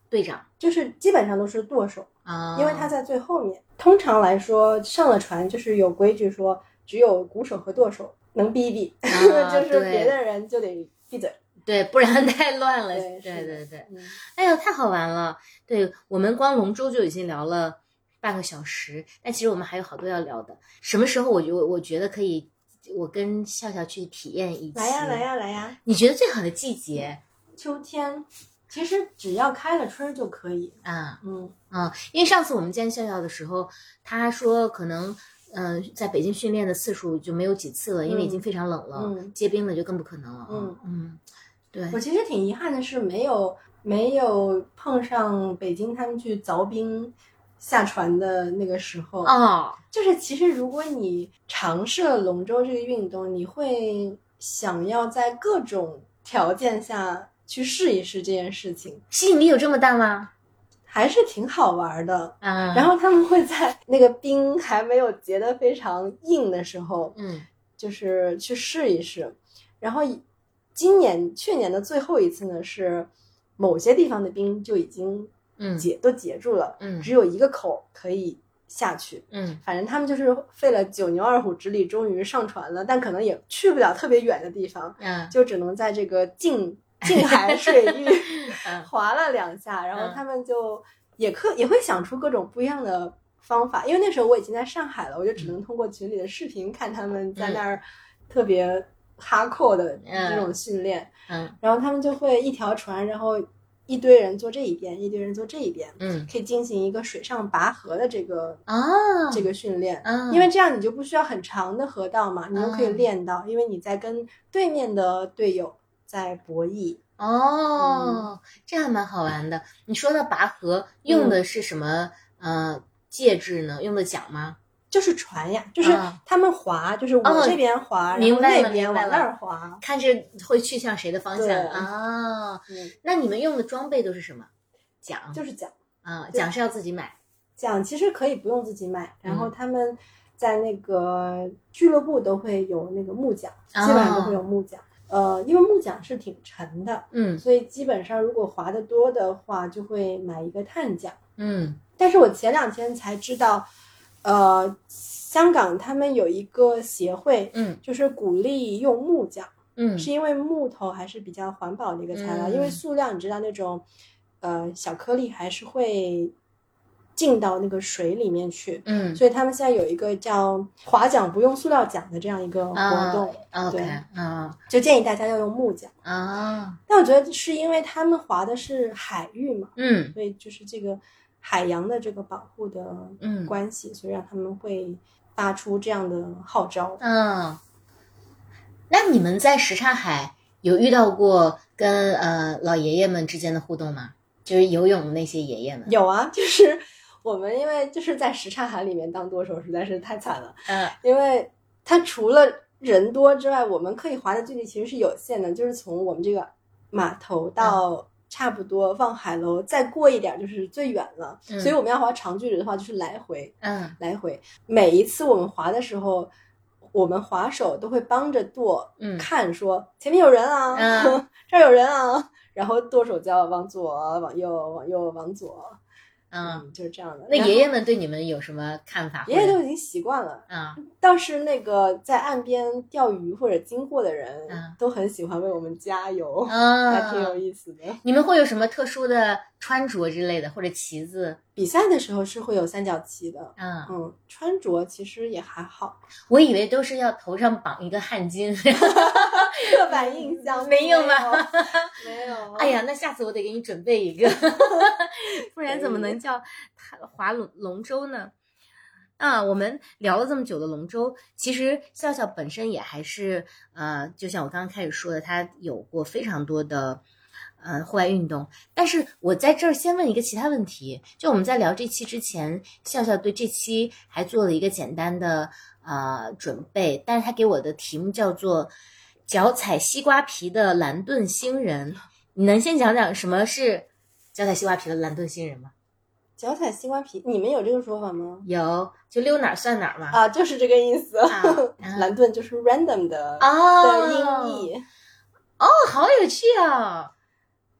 B: 队长
A: 就是基本上都是舵手。
B: 啊？
A: 因为他在最后面。通常来说，上了船就是有规矩说，只有鼓手和舵手能逼一逼，
B: 啊
A: (laughs) 就是
B: 对
A: 别的人就得闭嘴。
B: 对，不然太乱了。
A: 对是
B: 对
A: 的
B: 对对，
A: 嗯
B: 哎呦，太好玩了！对我们光龙舟就已经聊了半个小时，但其实我们还有好多要聊的。什么时候我我我觉得可以，我跟笑笑去体验一期。
A: 来呀来！呀来呀，
B: 你觉得最好的季节
A: 秋天其实只要开了春儿就可以。
B: 啊
A: 嗯，
B: 啊、因为上次我们见笑笑的时候，她说可能。嗯、在北京训练的次数就没有几次了，因为已经非常冷了，
A: 嗯
B: 结冰了就更不可能了。
A: 嗯
B: 嗯，对
A: 我其实挺遗憾的是没有没有碰上北京他们去凿冰。下船的那个时候，
B: 哦，
A: 就是其实如果你尝试了龙舟这个运动，你会想要在各种条件下去试一试这件事情，
B: 吸引力有这么大吗？
A: 还是挺好玩的。
B: 啊，
A: 然后他们会在 (laughs) 那个冰还没有结得非常硬的时候，
B: 嗯
A: 就是去试一试。然后今年去年的最后一次呢，是某些地方的冰就已经
B: 嗯
A: 结都结住了，
B: 嗯
A: 只有一个口可以下去。
B: 嗯
A: 反正他们就是费了九牛二虎之力，终于上船了，但可能也去不了特别远的地方，
B: 嗯
A: 就只能在这个近近海水域
B: 嗯
A: (laughs) 划了两下，然后他们就也可也会想出各种不一样的方法，因为那时候我已经在上海了，我就只能通过群里的视频看他们在那儿特别哈扣的这种训练，
B: 嗯
A: 然后他们就会一条船，然后一堆人坐这一边，一堆人坐这一边，
B: 嗯
A: 可以进行一个水上拔河的这个
B: 啊，
A: 这个训练。
B: 嗯，
A: 因为这样你就不需要很长的河道嘛，你就可以
B: 嗯
A: 练到，因为你在跟对面的队友在博弈。
B: 哦，这还蛮好玩的。你说到拔
A: 嗯
B: 河，用的是什么？呃，介质呢？用的桨吗？
A: 就是船呀，就是
B: 嗯
A: 他们划，就是
B: 哦
A: 我这边划，然
B: 明
A: 后
B: 白了
A: 那边
B: 明白
A: 往
B: 了
A: 那儿划。
B: 看是会去向谁的方向
A: 对
B: 啊？哦
A: 嗯，
B: 那你们用的装备都是什么？桨
A: 就是桨，
B: 啊，桨是要自己买
A: 桨其实可以不用自己买，然后
B: 嗯
A: 他们在那个俱乐部都会有那个木桨，
B: 哦
A: 基本上都会有木桨。呃，因为木桨是挺沉的，
B: 嗯
A: 所以基本上如果划得多的话，就会买一个碳桨。
B: 嗯
A: 但是我前两天才知道，呃，香港他们有一个协会，
B: 嗯
A: 就是鼓励用木匠，
B: 嗯
A: 是因为木头还是比较环保的一个材料，
B: 嗯
A: 因为塑料你知道那种，呃，小颗粒还是会进到那个水里面去，
B: 嗯
A: 所以他们现在有一个叫“划桨不用塑料桨”的这样一个活动，
B: ，OK
A: 对
B: 啊
A: 就建议大家要用木桨。
B: 啊，
A: 但我觉得是因为他们划的是海域嘛，
B: 嗯
A: 所以就是这个海洋的这个保护的
B: 嗯
A: 关系，所以让他们会发出这样的号召。
B: 嗯，那你们在什刹海有遇到过跟呃老爷爷们之间的互动吗？就是游泳的那些爷爷们，
A: 有啊， (laughs) 就是我们因为就是在什刹海里面当多手实在是太惨了，
B: 嗯
A: 因为它除了人多之外，我们可以划的距离其实是有限的，就是从我们这个码
B: 嗯
A: 头到差不多望海楼，再过一点就是最远了。
B: 嗯
A: 所以我们要划长距离的话，就是来回
B: 嗯
A: 来回。每一次我们划的时候，我们划手都会帮着舵
B: 嗯
A: 看说前面有人啊，
B: 嗯
A: (laughs) 这儿有人啊，然后舵手就要往左、往右、往右、往左，
B: 嗯，，
A: 就是这样的。
B: 那
A: 然后
B: 爷爷们对你们有什么看法？
A: 爷爷
B: 或
A: 都
B: 者
A: 已经习惯了。
B: 啊
A: 倒是那个在岸边钓鱼或者经过的人，
B: 嗯
A: 都很喜欢为我们加油，还挺有
B: 啊，
A: 意思的。
B: 你们会有什么特殊的穿着之类的，或者旗子？
A: 比赛的时候是会有三角旗的，
B: 啊，
A: 嗯，穿着其实也还
B: (laughs)
A: 好，
B: 我以为都是要头上绑一个汗巾。
A: 刻板印象
B: 没有吧 (laughs)
A: 吧？没有，
B: 哎，呀，那下次我得给你准备一个， (laughs) 不然怎么能叫它划龙龙舟呢？啊，我们聊了这么久的龙舟，其实笑笑本身也还是呃，就像我刚刚开始说的，他有过非常多的呃户外运动。但是我在这儿先问一个其他问题，就我们在聊这期之前，笑笑对这期还做了一个简单的呃准备，但是他给我的题目叫做“脚踩西瓜皮的蓝盾星人”。你能先讲讲什么是脚踩西瓜皮的蓝盾星人吗？
A: 脚踩西瓜皮，你们有这个说法吗？
B: 有，就溜哪儿算哪儿嘛。
A: 啊，就是这个意思。 (laughs)
B: 啊嗯
A: 蓝盾就是 random 的、
B: 哦
A: 的音译，
B: 哦，好有趣哦！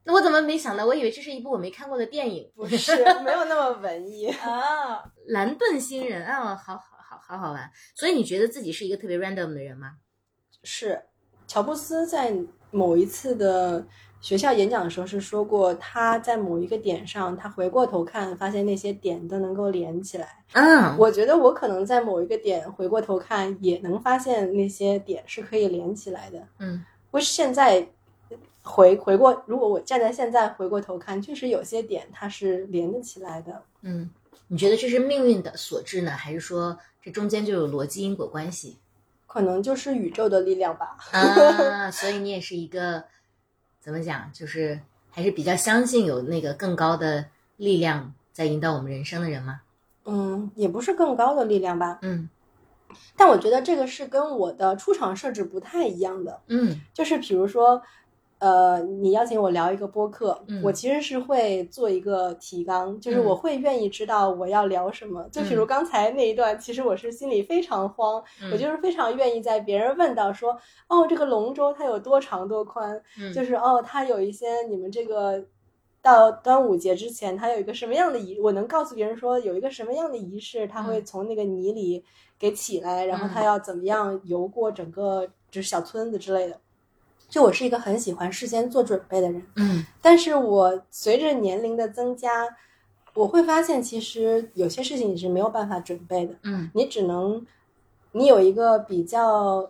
B: 那我怎么没想到？我以为这是一部我没看过的电影。
A: 不是 (laughs) 没有那么文艺。哦
B: 啊，蓝盾星人啊、好好好好好玩。所以你觉得自己是一个特别 random 的人吗？
A: 是，乔布斯在某一次的学校演讲的时候是说过，他在某一个点上，他回过头看，发现那些点都能够连起来。
B: 嗯，
A: 我觉得我可能在某一个点回过头看，也能发现那些点是可以连起来的。
B: 嗯
A: 不是现在回回过，如果我站在现在回过头看，确实有些点它是连得起来的。
B: 嗯，你觉得这是命运的所致呢，还是说这中间就有逻辑因果关系
A: 可能就是宇宙的力量吧，
B: 啊？所以你也是一个怎么讲，就是还是比较相信有那个更高的力量在引导我们人生的人吗？
A: 嗯，也不是更高的力量吧，
B: 嗯
A: 但我觉得这个是跟我的出场设置不太一样的。
B: 嗯
A: 就是比如说，呃，你邀请我聊一个播客，
B: 嗯
A: 我其实是会做一个提纲，就是我会愿意知道我要聊什么。就比如刚才那一段，其实我是心里非常慌，
B: 嗯
A: 我就是非常愿意在别人问到说，哦，这个龙舟它有多长多宽，
B: 嗯
A: 就是哦，它有一些你们这个。到端午节之前，它有一个什么样的仪？我能告诉别人说有一个什么样的仪式，它会
B: 嗯
A: 从那个泥里给起来，然后它
B: 嗯
A: 要怎么样游过整个就是小村子之类的。就我是一个很喜欢事先做准备的人，
B: 嗯
A: 但是我随着年龄的增加，我会发现其实有些事情你是没有办法准备的，
B: 嗯
A: 你只能你有一个比较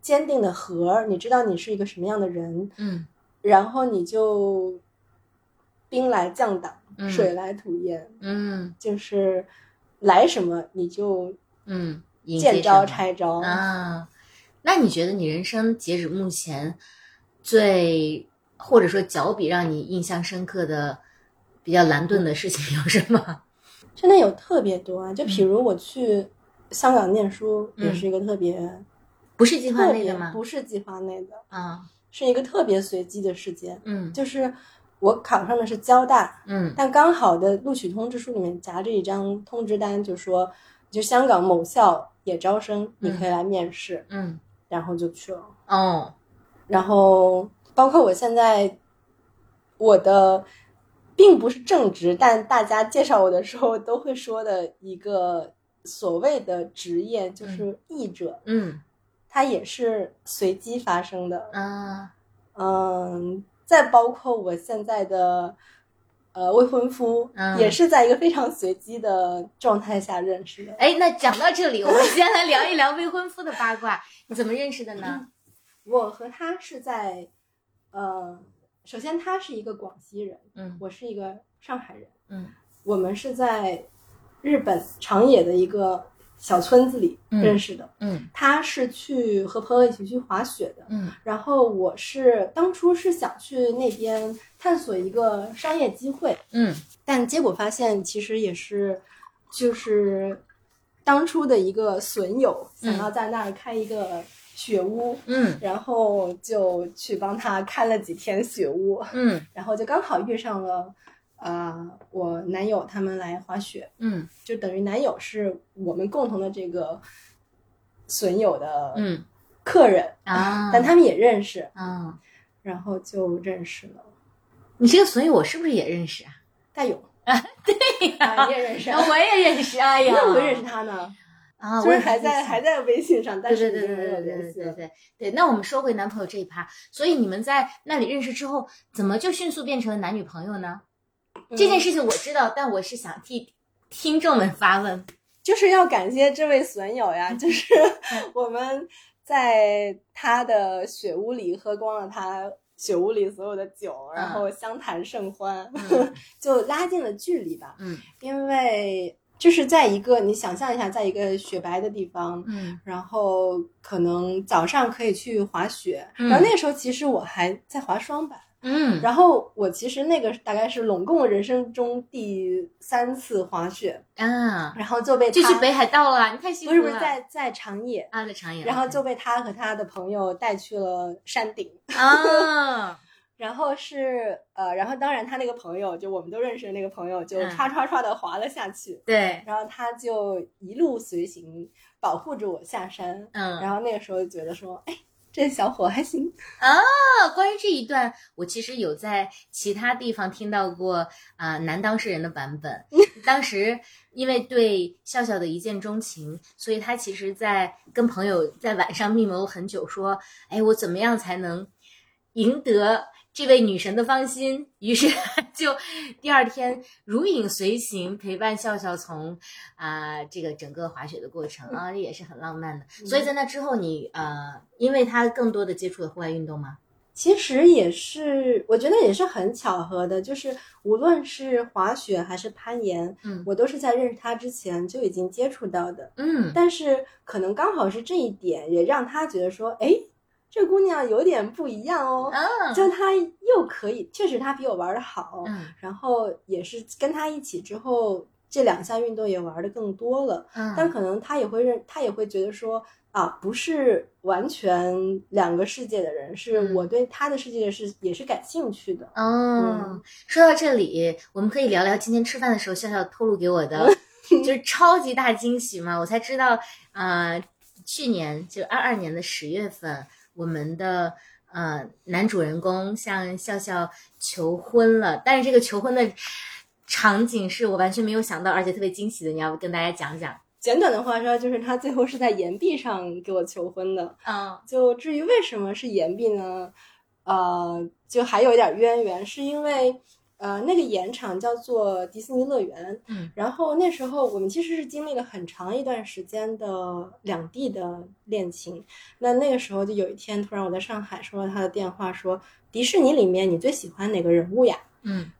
A: 坚定的核儿，你知道你是一个什么样的人，
B: 嗯
A: 然后你就兵来将挡，
B: 嗯
A: 水来土掩，
B: 嗯
A: 就是来什么你就
B: 嗯，迎接
A: 见招
B: 什么
A: 拆招。
B: 啊，那你觉得你人生截止目前最或者说脚比让你印象深刻的比较蓝盾的事情有什么？ (laughs)
A: 真的有特别多啊，就比如我去香港念书，
B: 嗯
A: 也是一个特别、
B: 不是计划
A: 特
B: 内
A: 别
B: 的吗？
A: 不是计划内的，
B: 啊，
A: 是一个特别随机的事件。
B: 嗯
A: 就是我考上的是交大，
B: 嗯
A: 但刚好的录取通知书里面夹着一张通知单，就说就香港某校也招生，你可以来面试，
B: 嗯，
A: 然后就去了。
B: 哦，
A: 然后包括我现在我的并不是正职，但大家介绍我的时候都会说的一个所谓的职业就是译者，
B: 嗯
A: 它也是随机发生的。
B: 啊
A: 嗯，再包括我现在的呃未婚夫，
B: 嗯
A: 也是在一个非常随机的状态下认识的。
B: 哎，那讲到这里，我们先来聊一聊未婚夫的八卦，你怎么认识的呢？
A: 我和他是在，呃，首先他是一个广西人，
B: 嗯
A: 我是一个上海人，
B: 嗯，
A: 我们是在日本长野的一个小村子里
B: 嗯
A: 认识的。
B: 嗯
A: 他是去和朋友一起去滑雪的，
B: 嗯
A: 然后我是当初是想去那边探索一个商业机会，
B: 嗯
A: 但结果发现其实也是，就是当初的一个损友
B: 嗯
A: 想要在那儿开一个雪屋，
B: 嗯
A: 然后就去帮他开了几天雪屋，
B: 嗯
A: 然后就刚好遇上了，呃，我男友他们来滑雪，
B: 嗯
A: 就等于男友是我们共同的这个损友的
B: 嗯
A: 客人，
B: 啊
A: 但他们也认识，
B: 啊，
A: 然后就认识了。
B: 你这个损友我是不是也认识啊？
A: 戴勇，对你也认识啊？
B: 我也认识，哎
A: 你
B: 呀，
A: 怎么会认识他呢？
B: 啊，
A: 虽
B: 我也
A: 然还在
B: 认识
A: 还在微信上，但是
B: 对
A: 已
B: 对
A: 经没
B: 对对
A: 有
B: 对
A: 联
B: 对
A: 系
B: 对
A: 了。
B: 对对。那我们说回男朋友这一趴，所以你们在那里认识之后，怎么就迅速变成了男女朋友呢？这件
A: 事
B: 事情我知道，但我是想替听众们发问。
A: 就是要感谢这位损友呀，
B: 嗯
A: 就是 (laughs) 我们在他的雪屋里喝光了他雪屋里所有的酒，然后相谈甚欢，
B: 嗯
A: (laughs) 就拉近了距离吧。
B: 嗯
A: 因为就是在一个你想象一下，在一个雪白的地方。
B: 嗯
A: 然后可能早上可以去滑雪，
B: 嗯
A: 然后那个时候其实我还在滑双板，
B: 嗯
A: 然后我其实那个大概是拢共人生中第三次滑雪，
B: 啊，
A: 然后就被他
B: 就去北海道了，你太幸
A: 不
B: 福
A: 是
B: 了。
A: 不是在在长野，
B: 啊，在长野，
A: 然后就被他和他的朋友带去了山顶，
B: 啊，
A: 然后是呃，然后当然他那个朋友就我们都认识的那个朋友就
B: 嗯
A: 唰唰唰的滑了下去，
B: 对，
A: 然后他就一路随行，保护着我下山，
B: 嗯，
A: 然后那个时候就觉得说，哎，这小伙还行，
B: 那关于这一段，我其实有在其他地方听到过啊、男当事人的版本。当时因为对笑笑的一见钟情，所以他其实，在跟朋友在晚上密谋很久，说：“哎，我怎么样才能赢得这位女神的芳心？”于是就第二天如影随形，陪伴笑笑从啊、这个整个滑雪的过程啊，这也是很浪漫的。所以在那之后你，呃，因为他更多的接触了户外运动吗？
A: 其实也是，我觉得也是很巧合的，就是无论是滑雪还是攀岩，
B: 嗯
A: 我都是在认识他之前就已经接触到的。
B: 嗯
A: 但是可能刚好是这一点，也让他觉得说，哎，这姑娘有点不一样哦，
B: 啊，
A: 就她又可以，确实她比我玩的好，
B: 嗯
A: 然后也是跟她一起之后，这两项运动也玩的更多了。
B: 嗯，
A: 但可能他也会认，他也会觉得说啊，不是完全两个世界的人，是
B: 嗯
A: 我对他的世界是也是感兴趣的。嗯
B: 哦，说到这里，我们可以聊聊今天吃饭的时候笑笑透露给我的，
A: (laughs)
B: 就是超级大惊喜嘛！我才知道，呃，去年就二二年的十月份，我们的呃男主人公向笑笑求婚了，但是这个求婚的场景是我完全没有想到，而且特别惊喜的，你要不跟大家讲讲？
A: 简短的话说，就是他最后是在岩壁上给我求婚的。
B: 嗯
A: 就至于为什么是岩壁呢？呃，就还有一点渊源，是因为呃那个盐场叫做迪士尼乐园，
B: 嗯，
A: 然后那时候我们其实是经历了很长一段时间的两地的恋情。那那个时候就有一天，突然我在上海收到他的电话说，迪士尼里面你最喜欢哪个人物呀？
B: 嗯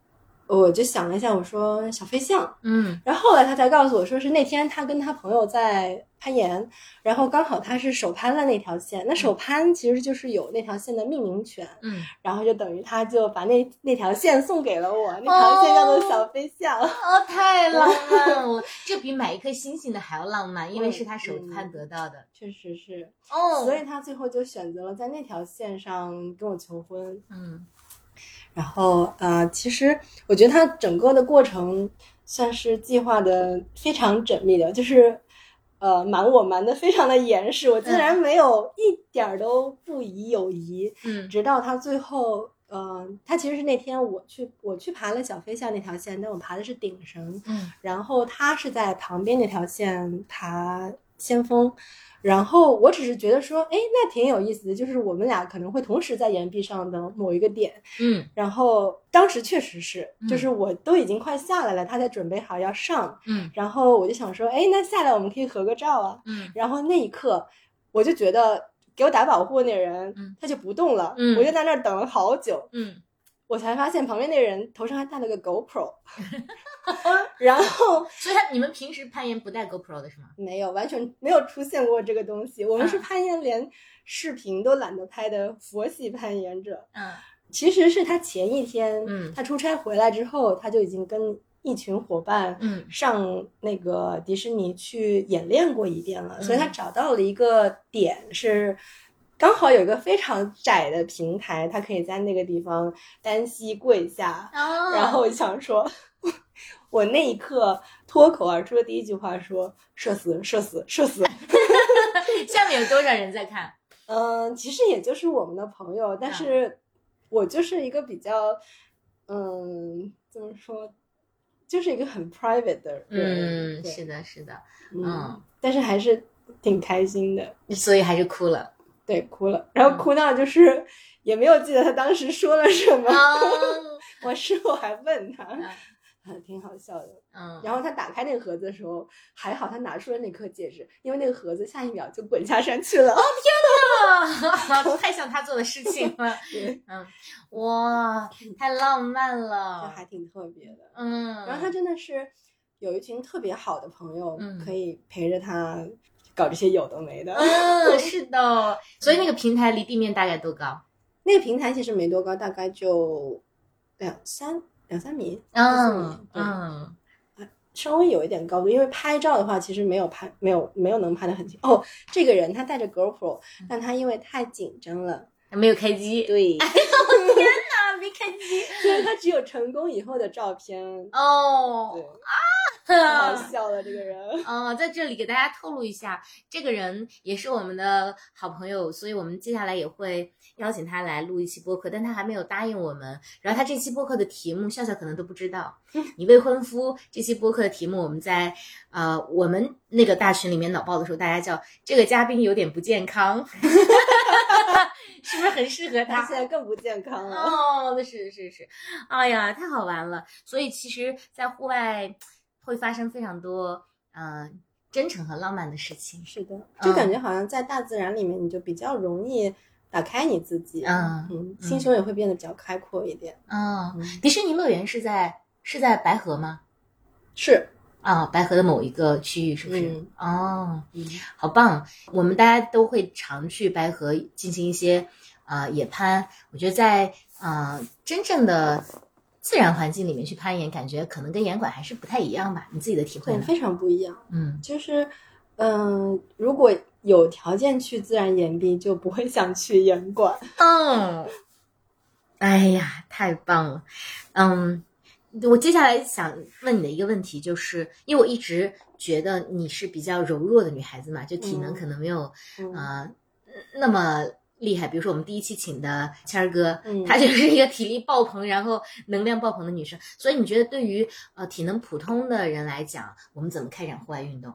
A: 我就想了一下，我说小飞象，
B: 嗯
A: 然后后来他才告诉我说是那天他跟他朋友在攀岩，然后刚好他是首攀了那条线，那首攀其实就是有那条线的命名权，
B: 嗯，
A: 然后就等于他就把那那条线送给了我，那条线叫做小飞象。
B: 哦， (laughs) 太浪漫
A: (laughs)
B: 了！这比买一颗星星的还要浪漫，因为是他手
A: 嗯
B: 攀得到的。
A: 确实是，
B: 哦，
A: 所以他最后就选择了在那条线上跟我求婚。
B: 嗯
A: 然后，呃，其实我觉得他整个的过程算是计划的非常缜密的，就是，呃，瞒我瞒的非常的严实，我竟然没有一点儿都不疑有疑，
B: 嗯
A: 直到他最后呃，它其实是那天我去我去爬了小飞象那条线，但我爬的是顶绳，
B: 嗯，
A: 然后他是在旁边那条线爬先锋，然后我只是觉得说，哎，那挺有意思的，就是我们俩可能会同时在岩壁上的某一个点，
B: 嗯
A: 然后当时确实是，
B: 嗯
A: 就是我都已经快下来了，他在准备好要上，
B: 嗯
A: 然后我就想说，哎，那下来我们可以合个照啊，
B: 嗯
A: 然后那一刻，我就觉得给我打保护那人，
B: 嗯
A: 他就不动了，
B: 嗯
A: 我就在那儿等了好久，
B: 嗯，
A: 我才发现旁边那人头上还戴了个
B: (laughs)
A: GoPro，然后
B: 所以他你们平时攀岩不带 GoPro 的是吗？
A: 没有完全没有出现过这个东西，我们是
B: 嗯
A: 攀岩连视频都懒得拍的佛系攀岩者，
B: 嗯
A: 其实是他前一天，
B: 嗯
A: 他出差回来之后，他就已经跟一群伙伴，
B: 嗯
A: 上那个迪士尼去演练过一遍了，
B: 嗯
A: 所以他找到了一个点是。刚好有一个非常窄的平台，他可以在那个地方单膝跪下。
B: (laughs) 哦
A: 然 (laughs) 后我就想说，我那一刻脱口而出的第一句话说：“社死，社死，社死。
B: 下面有多少人在看？”
A: 嗯，其实也就是我们的朋友，
B: 嗯
A: 但是我就是一个比较，嗯，怎么说，就是一个很 private 的人。
B: 嗯，
A: 对
B: 是的，是的，嗯
A: 嗯，但是还是挺开心的，
B: 所以还是哭了。
A: 对，哭了，然
B: 嗯
A: 后哭到就是也没有记得他当时说了什么，
B: 哦，
A: (laughs) 我事后还问他， (laughs)
B: 嗯
A: 啊，挺好笑的。
B: 嗯，
A: 然后他打开那个盒子的时候，还好他拿出了那颗戒指，因为那个盒子下一秒就滚下山去了。
B: 哦， (laughs) 太像他做的事情了。
A: 对，
B: 哇，太浪漫
A: 就
B: 了。
A: 还挺特别的。
B: 嗯，
A: 然后他真的是有一群特别好的朋友，
B: 嗯
A: 可以陪着他搞这些有的没的。 (laughs)
B: 嗯，是的，所以那个平台离地面大概多高？
A: 那个平台其实没多高，大概就两三两三米，
B: 嗯
A: 对
B: 嗯
A: 稍微有一点高度，因为拍照的话，其实没有拍，没有没有能拍得很清。哦，这个人他带着 GoPro，但他因为太紧张了，
B: 没有开机 (laughs)
A: 对，
B: 啊，没开机
A: 所以他只有成功以后的照片。
B: (laughs)
A: 对
B: 哦，
A: 太好
B: (laughs)
A: 笑了，这个人。 (laughs)
B: 哦，在这里给大家透露一下，这个人也是我们的好朋友，所以我们接下来也会邀请他来录一期播客，但他还没有答应我们。然后他这期播客的题目，笑笑可能都不知 (laughs) 道，你未婚夫这期播客的题目，我们在呃我们那个大群里面脑爆的时候，大家叫这个嘉宾有点不健康， (laughs) 是不是很适合
A: 他
B: 他？
A: 现在更不健康了。
B: 哦，是是是，哎呀，太好玩了！所以其实，在户外会发生非常多嗯、呃真诚和浪漫的事情。
A: 是的，就感觉好像在大自然里面，你就比较容易打开你自己，
B: 嗯
A: 嗯，心胸也会变得比较开阔一点。
B: 嗯，
A: 嗯
B: 迪士尼乐园是在是在白河吗？
A: 是，
B: 啊、白河的某一个区域是不是？
A: 嗯
B: 哦，
A: 嗯
B: 好棒！我们大家都会常去白河进行一些呃野攀。我觉得在呃真正的自然环境里面去攀岩，感觉可能跟岩馆还是不太一样吧？你自己的体会
A: 对，
B: 呢？
A: 非常不一样。
B: 嗯
A: 就是，嗯、如果有条件去自然岩壁，就不会想去岩馆。
B: 哦，哎呀，太棒了！嗯，我接下来想问你的一个问题，就是因为我一直觉得你是比较柔弱的女孩子嘛，就体
A: 嗯
B: 能可能没有、
A: (laughs) 嗯，
B: 呃那么厉害。比如说我们第一期请的谦儿哥，
A: 嗯
B: 她就是一个体力爆棚，然后能量爆棚的女生。所以你觉得对于呃体能普通的人来讲，我们怎么开展户外运动？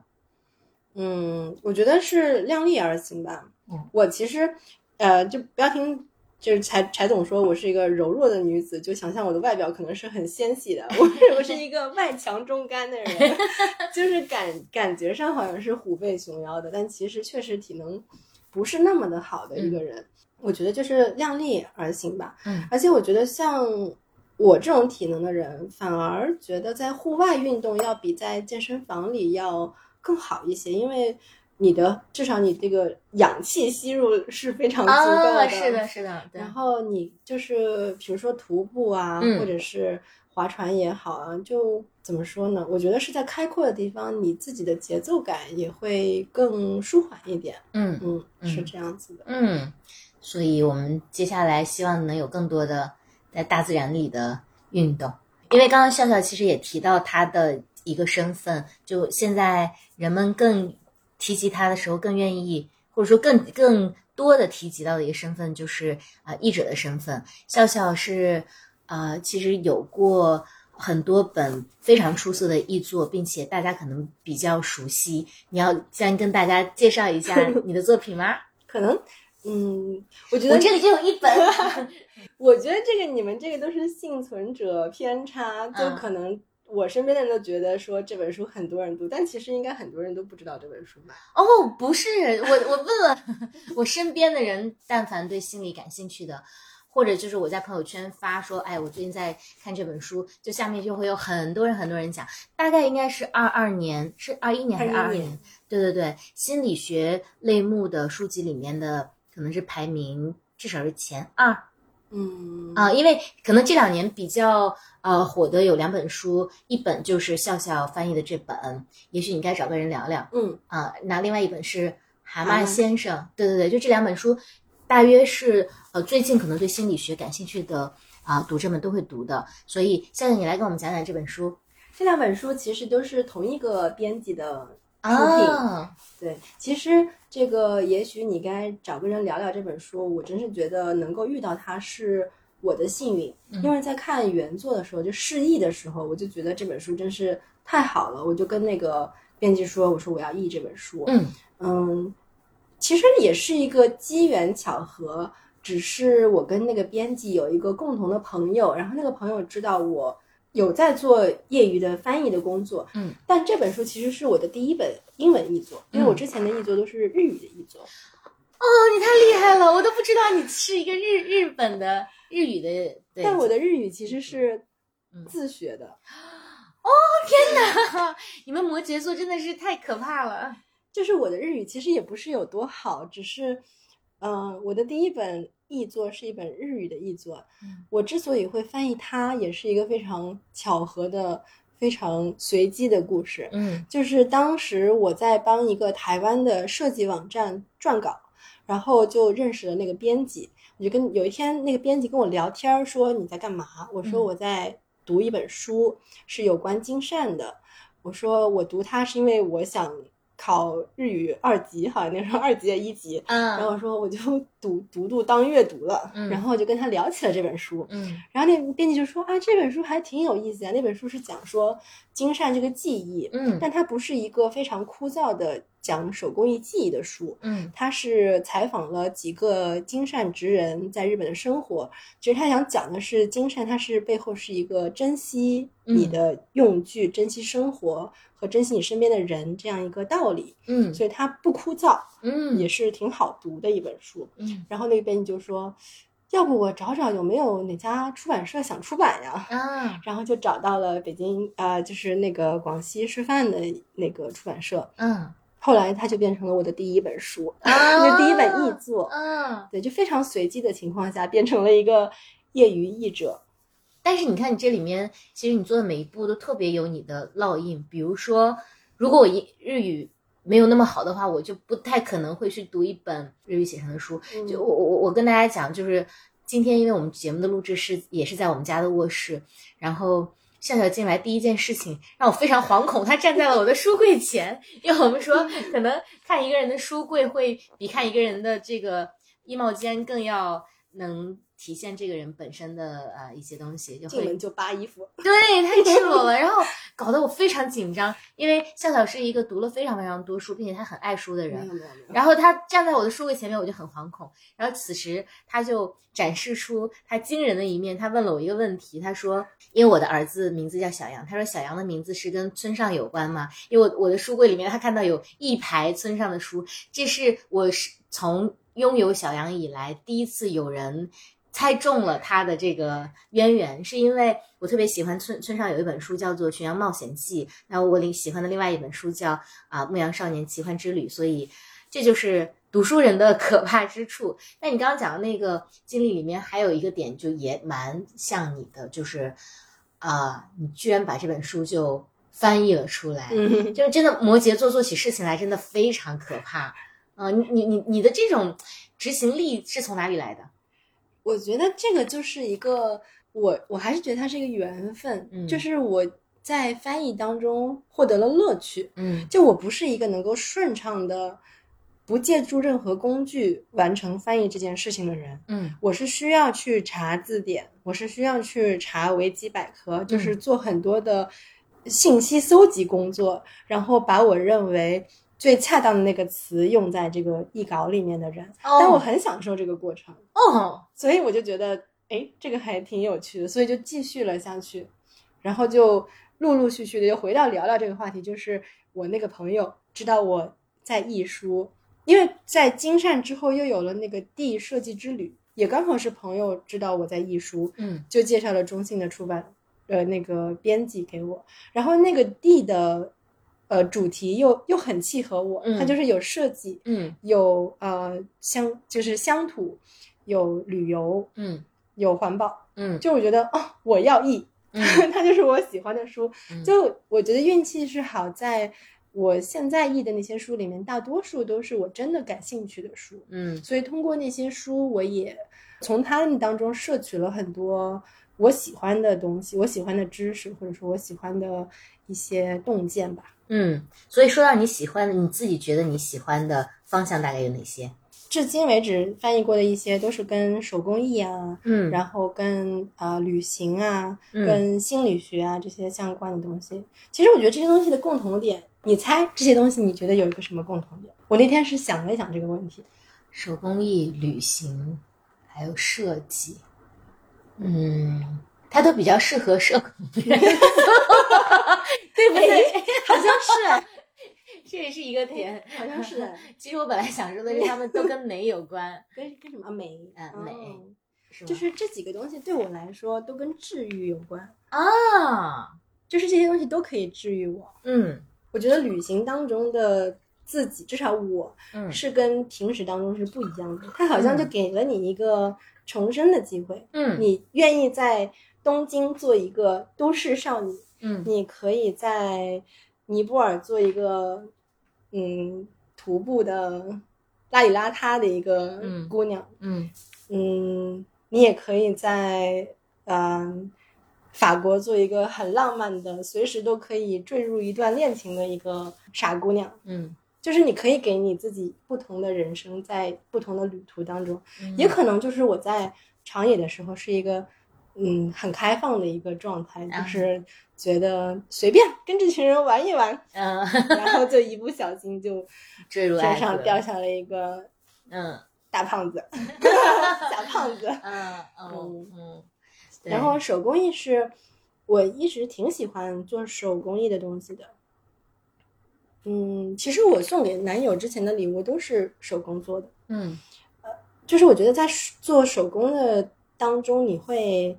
A: 嗯，我觉得是量力而行吧。
B: 嗯
A: 我其实，呃，就不要听。就是柴柴总说我是一个柔弱的女子，就想象我的外表可能是很纤细的，我是我是一个外强中干的人， (laughs) 就是感感觉上好像是虎背熊腰的，但其实确实体能不是那么的好的一个人。我觉得就是量力而行吧。
B: 嗯
A: 而且我觉得像我这种体能的人，反而觉得在户外运动要比在健身房里要更好一些，因为你的至少你这个氧气吸入是非常足够的。嗯
B: 啊，是的，是的，对
A: 然，后你就是比如说徒步啊，
B: 嗯
A: 或者是划船也好啊，就怎么说呢？我觉得是在开阔的地方，你自己的节奏感也会更舒缓一点。
B: 嗯。
A: 嗯，
B: 嗯
A: 是这样子的。
B: 嗯，所以我们接下来希望能有更多的在大自然里的运动，因为刚刚笑笑其实也提到他的一个身份，就现在人们更提及他的时候，更愿意或者说更更多的提及到的一个身份就是啊、呃译者的身份。笑笑是呃，其实有过很多本非常出色的译作，并且大家可能比较熟悉。你要先跟大家介绍一下你的作品吗？
A: 可能，嗯，我觉
B: 我
A: 得
B: 这里就有一本， (laughs)
A: 我觉得这个你们这个都是幸存者偏差，
B: 嗯
A: 就可能我身边的人都觉得说这本书很多人读，但其实应该很多人都不知道这本书吧？
B: 哦，不是，我我问了我身边的人，但凡对心理感兴趣的，或者就是我在朋友圈发说，哎，我最近在看这本书，就下面就会有很多人很多人讲，大概应该是二二年，是二一年还是二二
A: 21
B: 年？对对对，心理学类目的书籍里面的可能是排名至少是前二
A: 嗯
B: 啊、因为可能这两年比较呃火的有两本书，一本就是笑笑翻译的这本，也许你该找个人聊聊。
A: 嗯，
B: 啊，那另外一本是《蛤
A: 蛤
B: 蟆
A: 蟆
B: 先生》，对对对，就这两本书，大约是呃最近可能对心理学感兴趣的啊、读者们都会读的，所以夏夏你来给我们讲讲这本书
A: 这两本书其实都是同一个编辑的。
B: 啊，
A: 对，其实这个也许你该找个人聊聊这本书，我真是觉得能够遇到它是我的幸运，
B: 嗯
A: 因为在看原作的时候，就释义的时候，我就觉得这本书真是太好了，我就跟那个编辑说，我说我要译这本书，
B: 嗯
A: 嗯，其实也是一个机缘巧合，只是我跟那个编辑有一个共同的朋友，然后那个朋友知道我有在做业余的翻译的工作，
B: 嗯，
A: 但这本书其实是我的第一本英文译作，因为我
B: 嗯
A: 之前的译作都是日语的译作，
B: 哦，你太厉害了，我都不知道你是一个日日本的日语的，对，
A: 但我的日语其实是
B: 嗯
A: 自学的，
B: 你们摩羯座真的是太可怕了，啊
A: 就是我的日语其实也不是有多好，只是，嗯、我的第一本译作是一本日语的译作。
B: 嗯
A: 我之所以会翻译它，也是一个非常巧合的、非常随机的故事。
B: (laughs) 嗯
A: 就是当时我在帮一个台湾的设计网站撰稿，然后就认识了那个编辑。我就跟有一天那个编辑跟我聊天儿说你在干嘛？我说
B: 嗯
A: 我在读一本书，是有关金善的。我说我读它是因为我想考日语二级，好像那时候二级也一级。然后
B: 啊
A: 我说我就读读读当阅读了，
B: 嗯
A: 然后我就跟他聊起了这本书。
B: 嗯
A: 然后那编辑就说啊，这本书还挺有意思啊，那本书是讲说金善这个技艺，
B: 嗯
A: 但它不是一个非常枯燥的讲手工艺技艺的书，
B: 嗯
A: 他是采访了几个金善职人在日本的生活。其实他想讲的是金善，他是背后是一个珍惜你
B: 嗯
A: 的用具、珍惜生活和珍惜你身边的人这样一个道理。
B: 嗯
A: 所以它不枯燥，也
B: 嗯
A: 是挺好读的一本书。
B: 嗯
A: 然后那边你就说，要不我找找有没有哪家出版社想出版呀？
B: 啊
A: 然后就找到了北京，呃，就是那个广西师范的那个出版社。
B: 嗯
A: 后来它就变成了我的第一本书，(laughs)
B: 啊
A: 就第一本译作。
B: 啊。
A: 对，就非常随机的情况下，变成了一个业余译者。
B: 但是你看，你这里面其实你做的每一步都特别有你的烙印。比如说，如果我一日语没有那么好的话，我就不太可能会去读一本日语写成的书。
A: 嗯
B: 就我我我跟大家讲，就是今天因为我们节目的录制是也是在我们家的卧室，然后笑笑进来第一件事情让我非常惶恐，他站在了我的书柜前，因为我们说可能看一个人的书柜会比看一个人的这个衣帽间更要能体现这个人本身的呃一些东西，就
A: 进
B: 会
A: 门就扒衣服，
B: (laughs) 对，太赤裸了，然后搞得我非常紧张，因为笑笑是一个读了非常非常多书，并且他很爱书的
A: 没
B: 人
A: 有，没有没有，
B: 然后他站在我的书柜前面，我就很惶恐。然后此时他就展示出他惊人的一面，他问了我一个问题，他说：“因为我的儿子名字叫小杨，他说小杨的名字是跟村上有关吗？因为我我的书柜里面他看到有一排村上的书，这是我是从拥有小杨以来第一次有人。”猜中了他的这个渊源，是因为我特别喜欢村村上有一本书叫做《寻羊冒险记》，那我另喜欢的另外一本书叫啊《牧羊少年奇幻之旅》，所以这就是读书人的可怕之处。那你刚刚讲的那个经历里面，还有一个点就也蛮像你的，就是啊、你居然把这本书就翻译了出来， (laughs)
A: 嗯，
B: 就是真的摩羯座做起事情来真的非常可怕。啊、你你你你的这种执行力是从哪里来的？
A: (laughs) 我觉得这个就是一个，我我还是觉得它是一个缘分，
B: 嗯
A: 就是我在翻译当中获得了乐趣。
B: 嗯
A: 就我不是一个能够顺畅的。不借助任何工具完成翻译这件事情的人，
B: 嗯
A: 我是需要去查字典，我是需要去查维基百科，就是做很多的信息搜集工作，然后把我认为最恰当的那个词用在这个译稿里面的人。但我
B: 哦
A: 很享受这个过程，
B: 哦，
A: 所以我就觉得，哎，这个还挺有趣的，所以就继续了下去，然后就陆陆续续的又回到聊聊这个话题，就是我那个朋友知道我在艺书，因为在金善之后又有了那个 D 设计之旅，也刚好是朋友知道我在艺书，
B: 嗯
A: 就介绍了中信的出版呃那个编辑给我，然后那个 D 的呃主题又又很契合我，
B: 嗯
A: 它就是有设计，
B: 嗯
A: 有呃乡，就是乡土，有旅游，
B: 嗯
A: 有环保。
B: 嗯
A: 就我觉得哦，我要译，
B: 嗯
A: (laughs) 它就是我喜欢的书。
B: 嗯
A: 就我觉得运气是好在。我现在译的那些书里面，大多数都是我真的感兴趣的书，
B: 嗯
A: 所以通过那些书，我也从他们当中摄取了很多我喜欢的东西，我喜欢的知识，或者说我喜欢的一些洞见吧。
B: 嗯，所以说到你喜欢的，你自己觉得你喜欢的方向大概有哪些？
A: 至今为止翻译过的一些都是跟手工艺啊，
B: 嗯
A: 然后跟啊、呃旅行啊、
B: 嗯
A: 跟心理学啊这些相关的东西。其实我觉得这些东西的共同点，你猜这些东西你觉得有一个什么共同点？我那天是想了想这个问题，
B: 手工艺、旅行，还有设计，嗯，它都比较适合社恐的人， (laughs) 对
A: (laughs)
B: 不对？
A: 哎好像啊
B: 这也是一个点。
A: 是，好像是啊
B: 其实我本来想说的是，他们都跟美有关，
A: (laughs) 跟跟什么美
B: 嗯
A: 哦
B: 美是吗？
A: 就是这几个东西对我来说都跟治愈有关，
B: 啊，
A: 就是这些东西都可以治愈我。
B: 嗯
A: 我觉得旅行当中的自己，至少我
B: 嗯
A: 是跟平时当中是不一样的。它好像就给了你一个重生的机会，
B: 嗯
A: 你愿意在东京做一个都市少女，
B: 嗯
A: 你可以在尼泊尔做一个嗯徒步的邋里邋遢的一个
B: 嗯
A: 姑娘，
B: 嗯
A: 嗯，你也可以在嗯、法国做一个很浪漫的，随时都可以坠入一段恋情的一个傻姑娘。
B: 嗯，
A: 就是你可以给你自己不同的人生，在不同的旅途当中，也
B: 嗯
A: 可能就是我在长野的时候是一个。嗯，很开放的一个状态，
B: 啊
A: 就是觉得随便跟这群人玩一
B: (laughs)
A: 玩，
B: 嗯
A: 然后就一不小心就
B: 坠入
A: 天
B: 爱河
A: 上，掉下了一个
B: 嗯
A: 大胖子，小胖
B: (laughs)
A: 子。
B: 嗯嗯嗯，对
A: 然后手工艺是我一直挺喜欢做手工艺的东西的。嗯，其实我送给男友之前的礼物都是手工做的，
B: 嗯
A: 就是我觉得在手做手工的当中，你会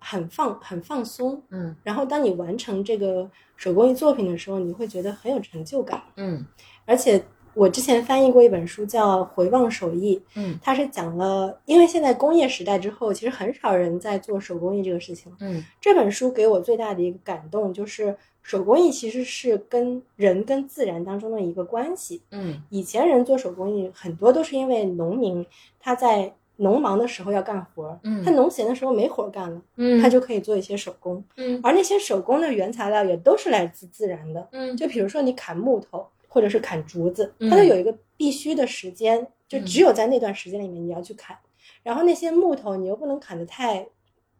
A: 很放很放松，
B: 嗯
A: 然后当你完成这个手工艺作品的时候，你会觉得很有成就感。
B: 嗯
A: 而且我之前翻译过一本书叫《回望手艺》，
B: 嗯
A: 它是讲了，因为现在工业时代之后，其实很少人在做手工艺这个事情了。
B: 嗯
A: 这本书给我最大的一个感动就是，手工艺其实是跟人跟自然当中的一个关系。
B: 嗯
A: 以前人做手工艺很多都是因为农民他在农忙的时候要干活儿，
B: 嗯
A: 他农闲的时候没活儿干了，
B: 嗯，
A: 他就可以做一些手工。
B: 嗯
A: 而那些手工的原材料也都是来自自然的，
B: 嗯
A: 就比如说你砍木头或者是砍竹子，
B: 嗯
A: 它都有一个必须的时间，就
B: 嗯
A: 只有在那段时间里面你要去砍。然后那些木头你又不能砍得太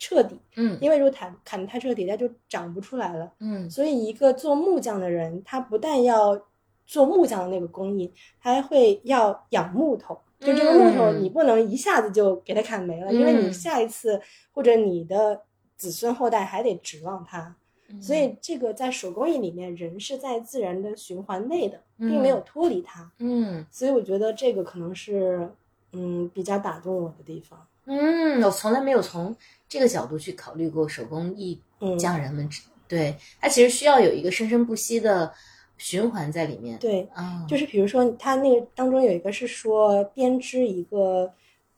A: 彻底，
B: 嗯
A: 因为如果砍砍得太彻底，它就长不出来了。
B: 嗯
A: 所以一个做木匠的人，他不但要做木匠的那个工艺，他还会要养木头。就这个木头，
B: 嗯
A: 你不能一下子就给它砍没了，因为你
B: 嗯
A: 下一次或者你的子孙后代还得指望它。
B: 嗯，
A: 所以这个在手工艺里面，人是在自然的循环内的，
B: 嗯
A: 并没有脱离它。
B: 嗯。
A: 所以我觉得这个可能是，嗯，比较打动我的地方。
B: 嗯，我从来没有从这个角度去考虑过手工艺
A: 嗯，
B: 匠人们之，对，它其实需要有一个生生不息的循环在里面。，
A: 对，
B: 啊、
A: 就是比如说它那个当中有一个是说编织一个，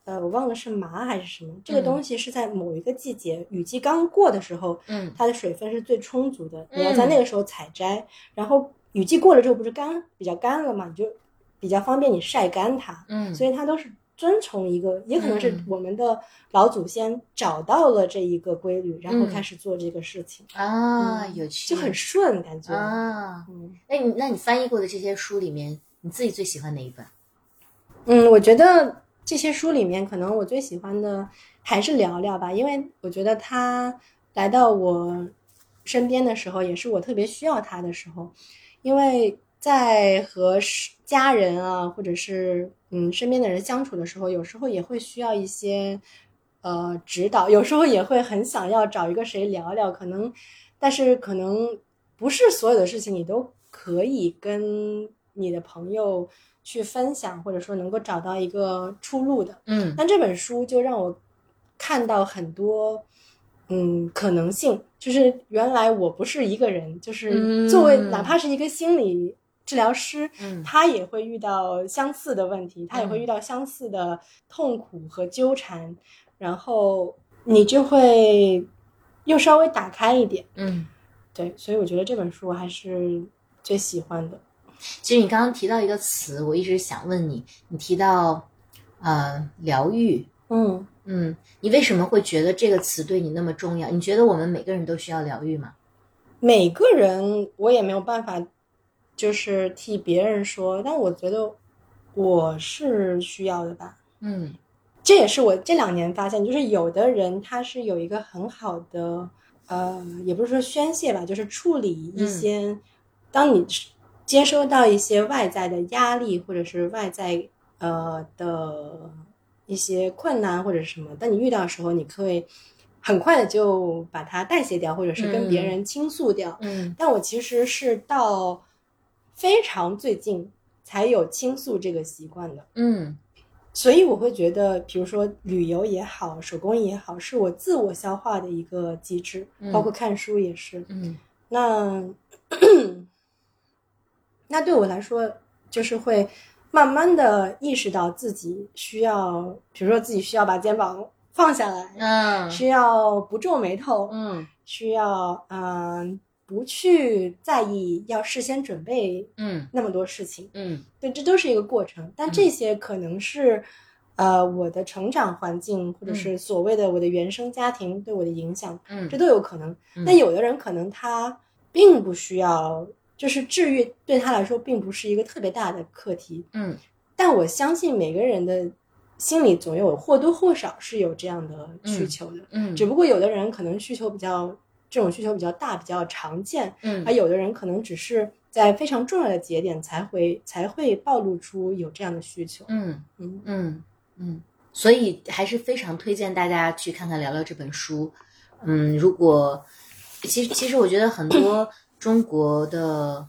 A: 呃，我忘了是麻还是什么，这个
B: 嗯
A: 东西是在某一个季节，雨季刚过的时候，
B: 嗯
A: 它的水分是最充足的，
B: 嗯
A: 你要在那个时候采摘。然后雨季过了之后，不是干比较干了嘛，你就比较方便你晒干它。
B: 嗯，
A: 所以它都是遵从一个，也可能是
B: 嗯
A: 我们的老祖先找到了这一个规律，然后
B: 嗯
A: 开始做这个事情，
B: 啊，
A: 嗯
B: 有趣，
A: 就很顺感觉。
B: 啊。
A: 嗯，
B: 那你那你翻译过的这些书里面，你自己最喜欢哪一本？
A: 嗯，我觉得这些书里面，可能我最喜欢的还是聊聊吧，因为我觉得他来到我身边的时候，也是我特别需要他的时候，因为在和是家人啊，或者是嗯身边的人相处的时候，有时候也会需要一些呃指导，有时候也会很想要找一个谁聊聊，可能，但是可能不是所有的事情你都可以跟你的朋友去分享，或者说能够找到一个出路的。
B: 嗯
A: 但这本书就让我看到很多嗯可能性，就是原来我不是一个人，就是作为
B: 嗯
A: 哪怕是一个心理治疗师，
B: 嗯
A: 他也会遇到相似的问题，他也会
B: 嗯
A: 遇到相似的痛苦和纠缠，然后你就会又稍微打开一点，
B: 嗯。
A: 对，所以我觉得这本书我还是最喜欢的。
B: 其实你刚刚提到一个词，我一直想问你，你提到呃疗愈，
A: 嗯，
B: 嗯，你为什么会觉得这个词对你那么重要？你觉得我们每个人都需要疗愈吗？
A: 每个人我也没有办法，就是替别人说，但我觉得我是需要的吧。
B: 嗯
A: 这也是我这两年发现，就是有的人他是有一个很好的，呃，也不是说宣泄吧，就是处理一些，当你接收到一些外在的压力或者是外在呃的一些困难或者什么，当你遇到的时候，你可以很快的就把它代谢掉，或者是跟别
B: 嗯
A: 人倾诉掉。
B: 嗯
A: 但我其实是到非常最近才有倾诉这个习惯的。
B: 嗯
A: 所以我会觉得，比如说旅游也好，手工艺也好，是我自我消化的一个机制，
B: 嗯
A: 包括看书也是。
B: 嗯
A: 那 (coughs) 那对我来说，就是会慢慢的意识到自己需要，比如说自己需要把肩膀放下来，
B: 嗯
A: 需要不皱眉头，
B: 嗯
A: 需要嗯、不去在意，要事先准备
B: 嗯
A: 那么多事情。
B: 嗯
A: 对，这都是一个过程。但这些可能是，呃，我的成长环境，或者是所谓的我的原生家庭对我的影响，这
B: 嗯嗯
A: 都有可能。
B: 嗯
A: 但有的人可能他并不需要，就是治愈对他来说并不是一个特别大的课题。
B: 嗯
A: 但我相信每个人的心里总有或多或少是有这样的需求的，
B: 嗯，
A: 只不过有的人可能需求比较这种需求比较大，比较常见，
B: 嗯
A: 而有的人可能只是在非常重要的节点才会才会暴露出有这样的需求。
B: 嗯
A: 嗯，
B: 嗯嗯，所以还是非常推荐大家去看看《聊聊》这本书。嗯，如果其实其实我觉得很多中国的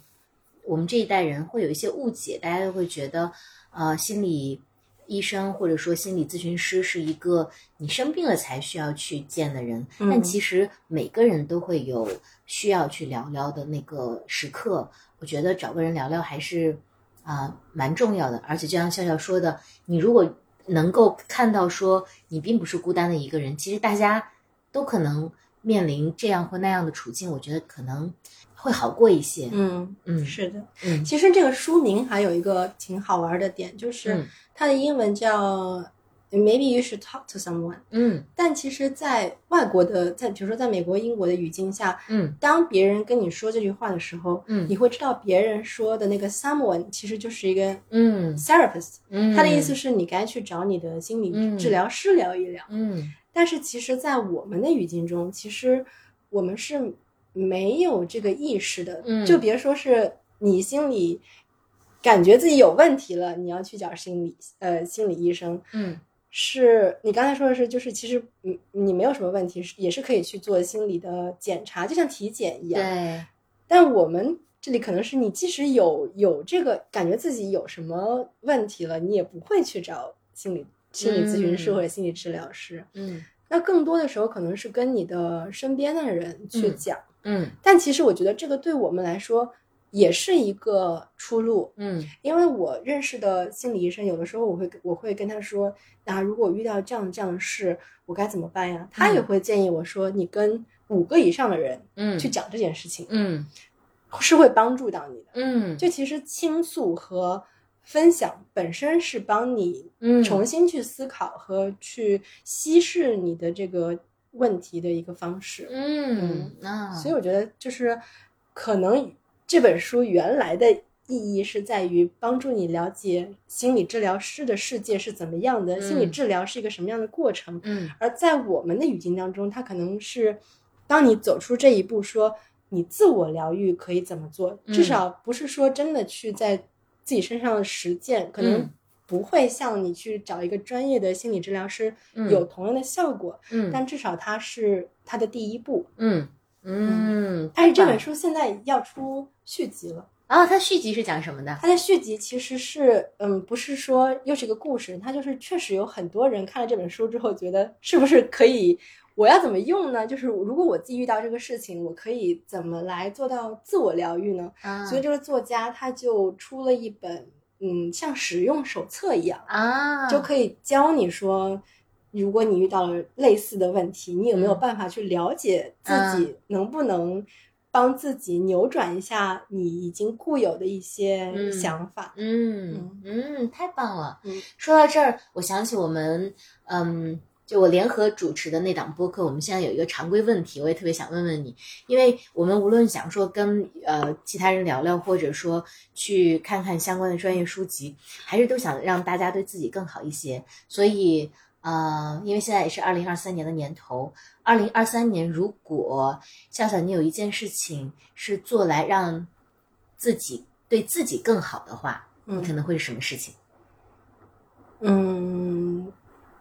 B: 我们这一代人会有一些误解，大家就会觉得呃心理医生或者说心理咨询师是一个你生病了才需要去见的人，
A: 嗯
B: 但其实每个人都会有需要去聊聊的那个时刻。我觉得找个人聊聊还是啊、蛮重要的，而且就像笑笑说的，你如果能够看到说你并不是孤单的一个人，其实大家都可能面临这样或那样的处境，我觉得可能会好过一些。
A: 嗯，
B: 嗯
A: 是的。
B: 嗯
A: 其实这个书名还有一个挺好玩的点，就是
B: 嗯
A: 它的英文叫 Maybe you should talk to someone，
B: 嗯
A: 但其实，在外国的，在比如说在美国、英国的语境下，
B: 嗯
A: 当别人跟你说这句话的时候，
B: 嗯
A: 你会知道别人说的那个 someone 其实就是一个
B: 嗯
A: therapist，、
B: 嗯，
A: 他的意思是你该去找你的心理
B: 嗯
A: 治疗师聊一聊。
B: 嗯
A: 但是其实，在我们的语境中，其实我们是没有这个意识的。
B: 嗯
A: 就别说是你心里感觉自己有问题了，你要去找心理呃心理医生，
B: 嗯
A: 是你刚才说的是，就是其实你你没有什么问题，是也是可以去做心理的检查，就像体检一样。
B: 对
A: 但我们这里可能是你即使有有这个感觉自己有什么问题了，你也不会去找心理心理咨询师
B: 嗯
A: 或者心理治疗师。
B: 嗯
A: 那更多的时候可能是跟你的身边的人去讲，
B: 嗯
A: 但其实我觉得这个对我们来说也是一个出路，
B: 嗯
A: 因为我认识的心理医生，有的时候我会我会跟他说，啊，如果我遇到这样这样的事，我该怎么办呀？他也会建议我说，你跟五个以上的人
B: 嗯
A: 去讲这件事情，
B: 嗯
A: 是会帮助到你的。
B: 嗯
A: 就其实倾诉和分享本身是帮你
B: 嗯
A: 重新去思考和去稀释你的这个问题的一个方式。
B: 嗯啊，
A: 所以我觉得，就是可能这本书原来的意义是在于帮助你了解心理治疗师的世界是怎么样的，心理
B: 嗯
A: 治疗是一个什么样的过程。
B: 嗯
A: 而在我们的语境当中，它可能是当你走出这一步说，你自我疗愈可以怎么做，
B: 嗯
A: 至少不是说真的去在自己身上实践，可能
B: 嗯
A: 不会像你去找一个专业的心理治疗师
B: 嗯
A: 有同样的效果，
B: 嗯
A: 但至少它是它的第一步。
B: 嗯嗯，
A: 但是这
B: 太棒
A: 本书现在要出续集了。
B: 哦，它续集是讲什么的？
A: 它的续集其实是，嗯，不是说又是一个故事，它就是确实有很多人看了这本书之后，觉得是不是可以，我要怎么用呢？就是如果我自己遇到这个事情，我可以怎么来做到自我疗愈呢？
B: 啊
A: 所以这个作家他就出了一本，嗯，像使用手册一样，
B: 啊，
A: 就可以教你说。如果你遇到了类似的问题，你有没有
B: 嗯
A: 办法去了解自己能不能帮自己扭转一下你已经固有的一些
B: 嗯
A: 想法？
B: 嗯嗯，太棒了！
A: 嗯
B: 说到这儿，我想起我们，嗯，就我联合主持的那档播客，我们现在有一个常规问题，我也特别想问问你，因为我们无论想说跟呃其他人聊聊，或者说去看看相关的专业书籍，还是都想让大家对自己更好一些，所以。呃，因为现在也是二零二三年的年头，二零二三年如果笑笑你有一件事情是做来让自己对自己更好的话，你可能会是什么事情？
A: 嗯，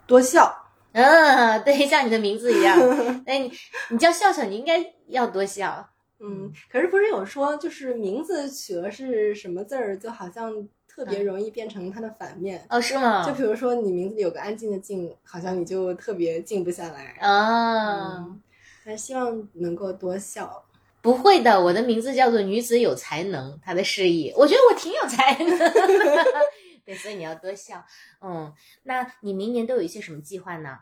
A: 多笑，嗯
B: 啊， (laughs) 对，像你的名字一
A: (laughs)
B: 样。哎，你你叫笑笑，你应该要多笑。
A: 嗯，可是不是有说就是名字取了是什么字儿，就好像特别容易变成它的反面。
B: 哦，是吗？
A: 就比如说你名字里有个安静的静，好像你就特别静不下来。
B: 啊、
A: 嗯，但希望能够多笑。
B: 不会的，我的名字叫做女子有才能，她的示意，我觉得我挺有才
A: (laughs)
B: 能。对，所以你要多笑。嗯，那你明年都有一些什么计
A: (laughs)
B: 划呢？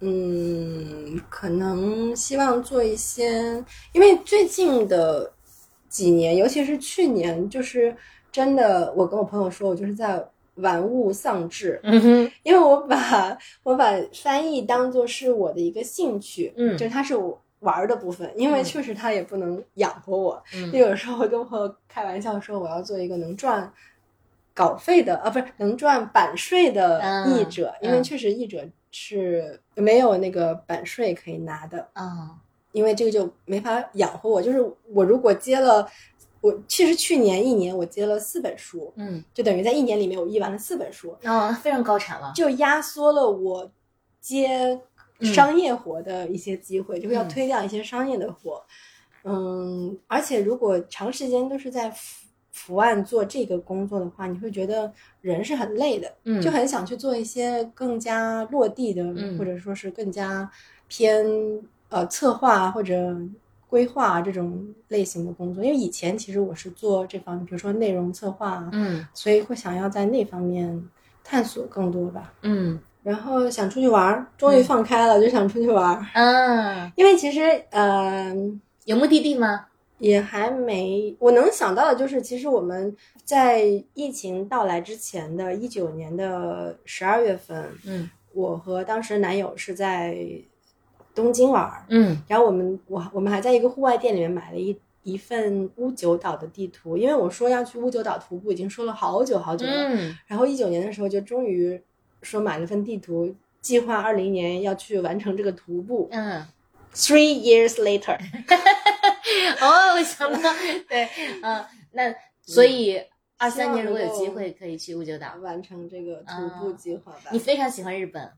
A: 嗯，可能希望做一些，因为最近的几年，尤其是去年，就是真的，我跟我朋友说，我就是在玩物丧志。
B: 嗯哼，
A: 因为我把我把翻译当做是我的一个兴趣，
B: 嗯
A: 就是它是我玩儿的部分，因为
B: 嗯
A: 确实它也不能养活我。
B: 嗯
A: 就有时候我跟朋友开玩笑说，我要做一个能赚稿费的，啊，不是能赚版税的
B: 嗯
A: 译者，因为
B: 嗯
A: 确实译者是没有那个版税可以拿的。
B: 哦，
A: 因为这个就没法养活我，就是我如果接了，我其实去年一年我接了四本书，
B: 嗯，
A: 就等于在一年里面我译完了四本书，
B: 哦，非常高产了。
A: 就压缩了我接
B: 嗯
A: 商业活的一些机会，就是要推掉一些商业的活。嗯，而且如果长时间都是在伏伏案做这个工作的话，你会觉得人是很累的，
B: 嗯
A: 就很想去做一些更加落地的，
B: 嗯
A: 或者说是更加偏呃策划或者。规划这种类型的工作，因为以前其实我是做这方面，比如说内容策划啊，
B: 嗯
A: 所以会想要在那方面探索更多吧。
B: 嗯
A: 然后想出去玩儿，终于放开 (laughs) 了，就想出去玩儿。
B: 啊，
A: 嗯因为其实，呃，
B: 有目的地吗？
A: 也还没我能想到的就是，其实我们在疫情到来之前的一九年的十二月份，
B: 嗯
A: 我和当时男友是在东京玩儿，
B: 嗯
A: 然后我们我我们还在一个户外店里面买了一一份乌九岛的地图，因为我说要去乌九岛徒步，已经说了好久好久了。
B: 嗯
A: 然后一九年的时候就终于说买了份地图，计划二零年要去完成这个徒步。
B: 嗯。
A: Three years
B: (laughs)
A: later，
B: 哦，我想到，对，嗯，那所以二
A: 希
B: 三
A: 望
B: 年如果有
A: 能够
B: 机会，可以去五九岛。
A: 完成这个徒步计划吧。
B: 啊你非常喜欢日本，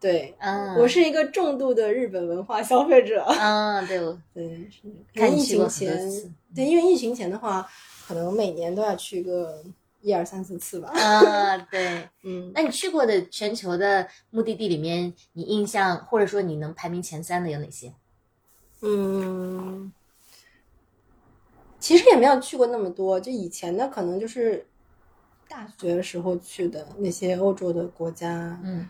A: 对，
B: 嗯，
A: 我是一个重度的日本文化消费者。
B: 嗯，对，我
A: 对，是。可
B: 看
A: 能
B: 你
A: 疫
B: 去过
A: 情
B: 很多
A: 前
B: 次，，
A: 对，因为疫情前的话，可能每年都要去个一二三四次吧。
B: 嗯，对。
A: 嗯，
B: 那你去过的全球的目的地里面，你印象或者说你能排名前三的有哪些？
A: 嗯，其实也没有去过那么多，就以前的可能就是大学时候去的那些欧洲的国家，
B: 嗯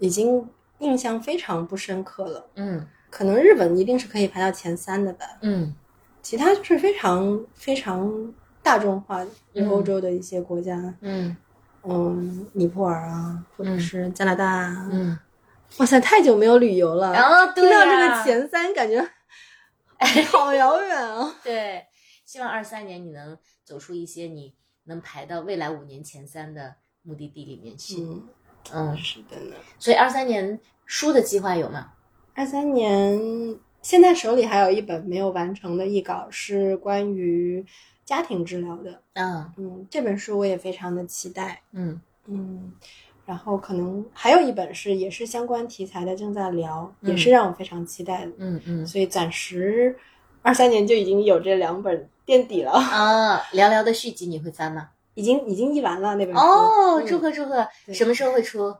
A: 已经印象非常不深刻了。
B: 嗯
A: 可能日本一定是可以排到前三的吧，
B: 嗯
A: 其他就是非常非常大众化的
B: 嗯
A: 欧洲的一些国家，
B: 嗯
A: 嗯，尼泊尔啊，或者
B: 嗯
A: 是加拿大啊，
B: 嗯。
A: 哇塞，太久没有旅游了，
B: 然后
A: 听
B: 对
A: 到这
B: 呀
A: 个前三，感
B: (laughs)
A: 觉好遥远啊。
B: 对，希望二三年你能走出一些你能排到未来五年前三的目的地里面去。
A: 嗯，
B: 嗯，
A: 是的呢。
B: 所以二三年书的计划有吗？
A: 二三年，现在手里还有一本没有完成的译稿，是关于家庭治疗的。
B: 嗯
A: 嗯，这本书我也非常的期待。
B: 嗯
A: 嗯，然后可能还有一本是也是相关题材的，正在聊，
B: 嗯
A: 也是让我非常期待的。
B: 嗯嗯
A: 所以暂时二三年就已经有这两本垫底了， (laughs)
B: 啊，聊聊的续集你会翻吗？
A: 已经已经译完了那本书。
B: 哦，
A: 嗯
B: 祝贺祝贺！
A: 对
B: 什么时候会出？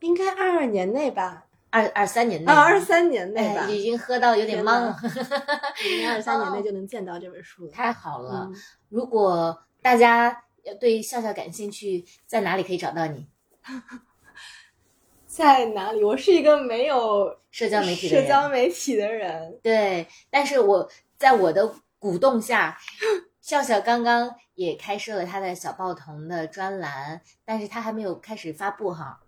A: 应该二二年内吧，
B: 二二三年内
A: 啊，二三年内吧
B: 哎，，已经喝到有点懵了， (laughs)
A: 应该二三年内就能见到这本书了。
B: 太好了。
A: 嗯
B: 如果大家呃对笑笑感兴趣，在哪里可以找到你？
A: 在哪里？我是一个没有
B: 社交媒体的
A: 社
B: 人
A: 交媒体的人，
B: 对，但是我在我的鼓动下， (laughs) 笑笑刚刚也开设了他的小报童的专栏，但是他还没有开始发布哈，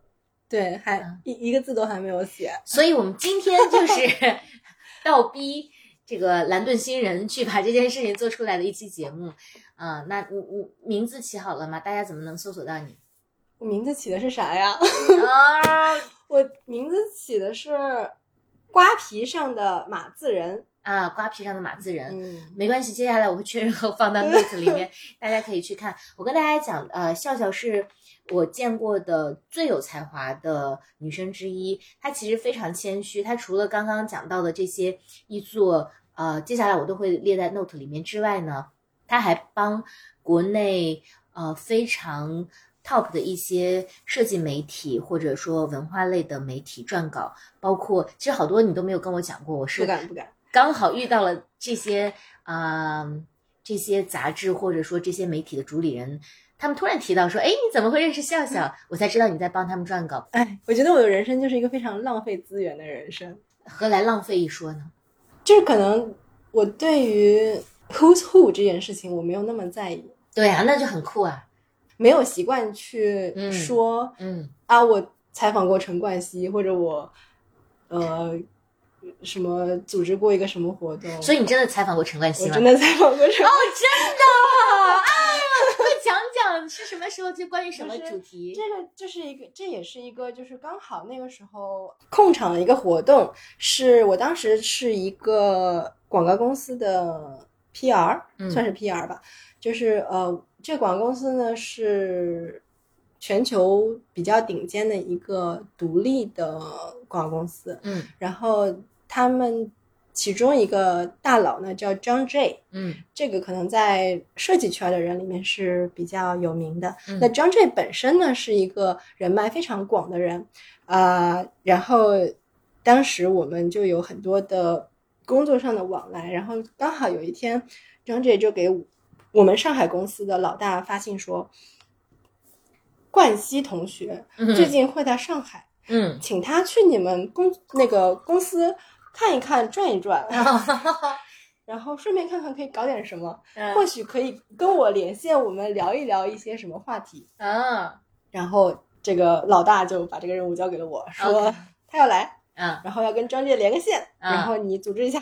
A: 对，还
B: 嗯
A: 一一个字都还没有写。
B: 所以我们今天就是倒逼这个兰顿新人去把这件事情做出来的一期节目。啊、那你你名字起好了吗？大家怎么能搜索到你？
A: 我名字起的是啥呀？ (laughs)
B: 啊
A: 我名字起的是瓜皮上的马自人。
B: 啊，瓜皮上的马自人。
A: 嗯，
B: 没关系，接下来我会确认后放到 notes 里面，大家可以去看。我跟大家讲，呃，笑笑是我见过的最有才华的女生之一。她其实非常谦虚，她除了刚刚讲到的这些译作，呃，接下来我都会列在 note 里面之外呢，她还帮国内呃非常 top 的一些设计媒体或者说文化类的媒体撰稿，包括其实好多你都没有跟我讲过，我是
A: 不敢不敢。
B: 刚好遇到了这些啊、呃这些杂志或者说这些媒体的主理人，他们突然提到说，哎，你怎么会认识笑
A: 嗯
B: 笑？我才知道你在帮他们撰稿，
A: 哎，我觉得我的人生就是一个非常浪费资源的人生，
B: 何来浪费一说呢？
A: 就是可能我对于 who's who 这件事情我没有那么在意，
B: 对啊，那就很酷啊，
A: 没有习惯去
B: 嗯
A: 说、
B: 嗯
A: 啊，我采访过陈冠希，或者我呃什么组织过一个什么活动，
B: 所
A: 以
B: 以你真的采访过陈冠
A: 嗯
B: 希
A: 我
B: 吗？
A: 真的采访过陈
B: 哦，真的，哎呀，快讲讲是什么时候，就关于什么主题？
A: 这个就是一个，这也是一个，就是刚好那个时候控场的一个活动，是我当时是一个广告公司的 PR，、
B: 嗯
A: 算是 PR 吧，就是呃，这广告公司呢是全球比较顶尖的一个独立的广告公司，
B: 嗯
A: 然后他们其中一个大佬呢叫 John J。
B: 嗯
A: 这个可能在设计圈的人里面是比较有名的。
B: 嗯
A: 那 John J 本身呢是一个人脉非常广的人，啊、然后当时我们就有很多的工作上的往来，然后刚好有一天，John J 就给我们上海公司的老大发信说，冠希同学
B: 嗯
A: 最近会在上海，
B: 嗯，
A: 请他去你们公那个公司看一看，转一
B: (laughs)
A: 转，然后顺便看看可以搞点什么。或许可以跟我连线，我们聊一聊一些什么话题。
B: 啊
A: 然后这个老大就把这个任务交给了我，说
B: OK
A: 他要来，
B: 啊
A: 然后要跟张姐连个线，
B: 嗯
A: 然后你组织一下，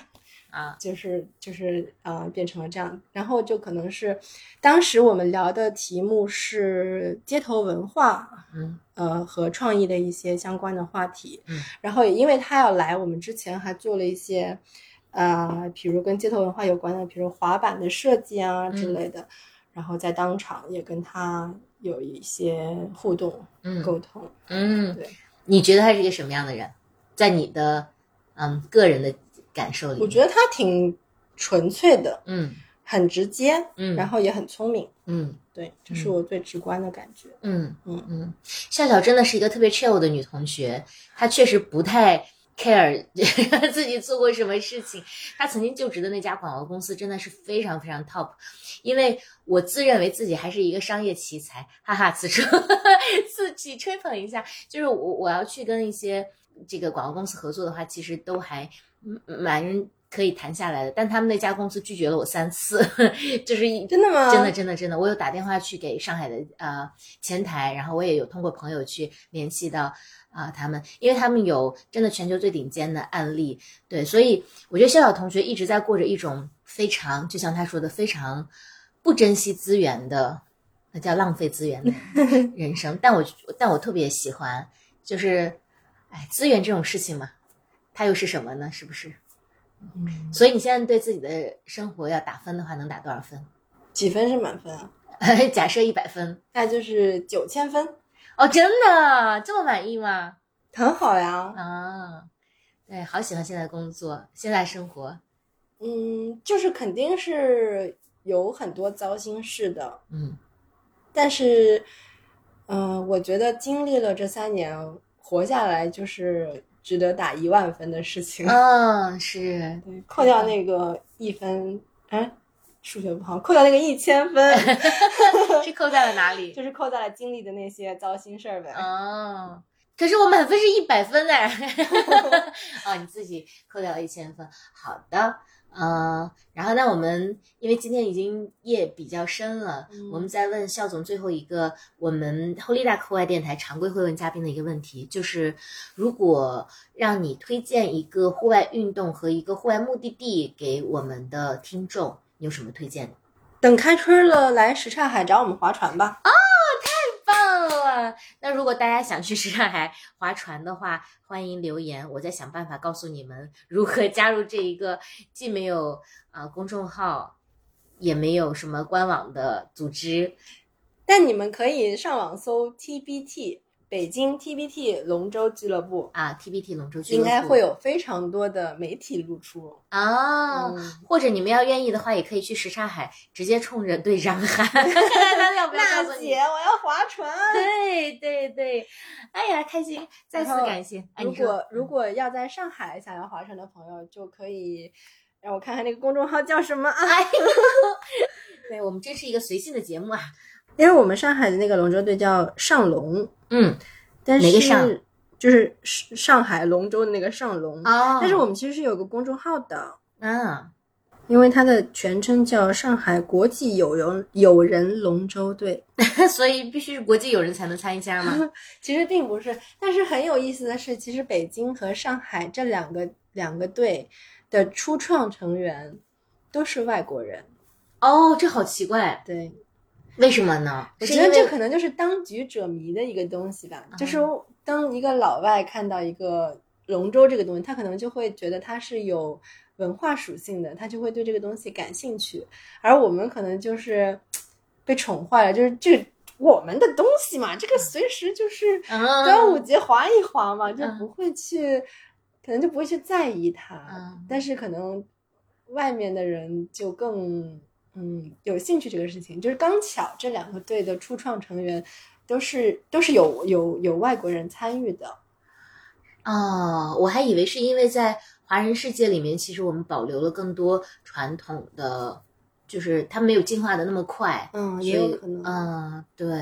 B: 啊，
A: 就是就是啊、呃变成了这样。然后就可能是当时我们聊的题目是街头文化，
B: 嗯
A: 呃和创意的一些相关的话题。
B: 嗯
A: 然后也因为他要来，我们之前还做了一些，呃，比如跟街头文化有关的，比如滑板的设计啊
B: 嗯
A: 之类的。然后在当场也跟他有一些互动
B: 嗯
A: 沟通。
B: 嗯，
A: 对
B: 你觉得他是一个什么样的人？在你的嗯个人的感受里，
A: 我觉得他挺纯粹的，
B: 嗯
A: 很直接，
B: 嗯
A: 然后也很聪明。
B: 嗯
A: 对，这是我最直观的感觉。
B: 嗯嗯
A: 嗯
B: 嗯，夏小真的是一个特别 chill 的女同学，她确实不太 care 自己做过什么事情。她曾经就职的那家广告公司真的是非常非常 top，因为我自认为自己还是一个商业奇才，哈哈，此处 (laughs) 自己吹捧一下，就是我我要去跟一些这个广告公司合作的话，其实都还嗯蛮可以谈下来的，但他们那家公司拒绝了我三次， (laughs) 就是一
A: 真的吗？
B: 真的，真的，真的，我有打电话去给上海的呃前台，然后我也有通过朋友去联系到啊、他们，因为他们有真的全球最顶尖的案例，对，所以我觉得肖晓同学一直在过着一种非常，就像他说的，非常不珍惜资源的叫浪费资源的人生。但我但我特别喜欢，就是，哎，资源这种事情嘛，它又是什么呢？是不是？
A: 嗯
B: 所以你现在对自己的生活要打分的话，能打多少分？ (laughs)
A: 几分是满分啊？
B: 假设一百分，
A: 那就是九千分，
B: 哦，真的这么满意吗？
A: 很好呀。
B: 啊，对，好喜欢现在工作，现在生活，
A: 嗯，就是肯定是有很多糟心事的，
B: 嗯
A: 但是，嗯、我觉得经历了这三年，活下来就是值得打一万分的事情。
B: 嗯、是，
A: (laughs) 对，扣掉那个一分，哎，数学不好，扣掉那个一千分， (laughs)
B: 是扣在了哪里？
A: 就是扣在了经历的那些糟心事儿呗。
B: 哦，可是我满分是一百
A: (laughs)
B: 分哎，哦，你自己扣掉了一千分，好的，呃，然后那我们因为今天已经夜比较深了，
A: 嗯
B: 我们再问校总最后一个我们 Holiday 课外电台常规会问嘉宾的一个问题，就是如果让你推荐一个户外运动和一个户外目的地给我们的听众，你有什么推荐？
A: 等开春了，来什刹海找我们划船吧。
B: 棒了！那如果大家想去什刹海划船的话，欢迎留言，我再想办法告诉你们如何加入这一个既没有啊、呃公众号，也没有什么官网的组织。
A: 但你们可以上网搜 TBT 北京 TBT 龙舟俱乐部。
B: 啊，TBT 龙舟俱乐
A: 应
B: 部
A: 该会有非常多的媒体露出。
B: 啊，
A: 嗯
B: 或者你们要愿意的话，也可以去什刹海，直接冲着队长
A: (laughs)
B: 喊，看看他要不要告
A: 娜
B: 诉
A: 姐，
B: 你。
A: 我要划船。
B: 对对对，哎呀，开心！再次
A: 然后
B: 感谢。哎
A: 如
B: 你说
A: 果如果要在上海想要划船的朋友，就可以让我看看那个公众号叫什么啊？
B: 哎呦，对我们真是一个随性的节目啊。
A: 因为我们上海的那个龙舟队叫上龙，
B: 嗯，
A: 但是
B: 哪个上
A: 就是上海龙舟的那个上龙。
B: 哦，
A: 但是我们其实是有个公众号的，
B: 嗯，
A: 因为它的全称叫上海国际友人友人龙舟队。
B: (laughs) 所以必须是国际友人才能参加吗？ (laughs)
A: 其实并不是，但是很有意思的是，其实北京和上海这两个两个队的初创成员都是外国人。
B: 哦，这好奇怪，
A: 对，
B: 为什么呢？
A: 我
B: 是
A: 觉得
B: 因
A: 这
B: 为
A: 可能就是当局者迷的一个东西吧，就是
B: 啊
A: 当一个老外看到一个龙舟这个东西，他可能就会觉得它是有文化属性的，他就会对这个东西感兴趣，而我们可能就是被宠坏了，就是这我们的东西嘛，这个随时就是。
B: 嗯
A: 端午节划一划嘛，就
B: 嗯
A: 不会去，可能就不会去在意它
B: 嗯。
A: 但是可能外面的人就更嗯有兴趣这个事情。就是刚巧这两个队的初创成员都是都是有有有外国人参与的，
B: 哦，我还以为是因为在华人世界里面，其实我们保留了更多传统的，就是它没有进化的那么快，
A: 嗯，
B: 所
A: 也
B: 以
A: 有可能。
B: 嗯，对，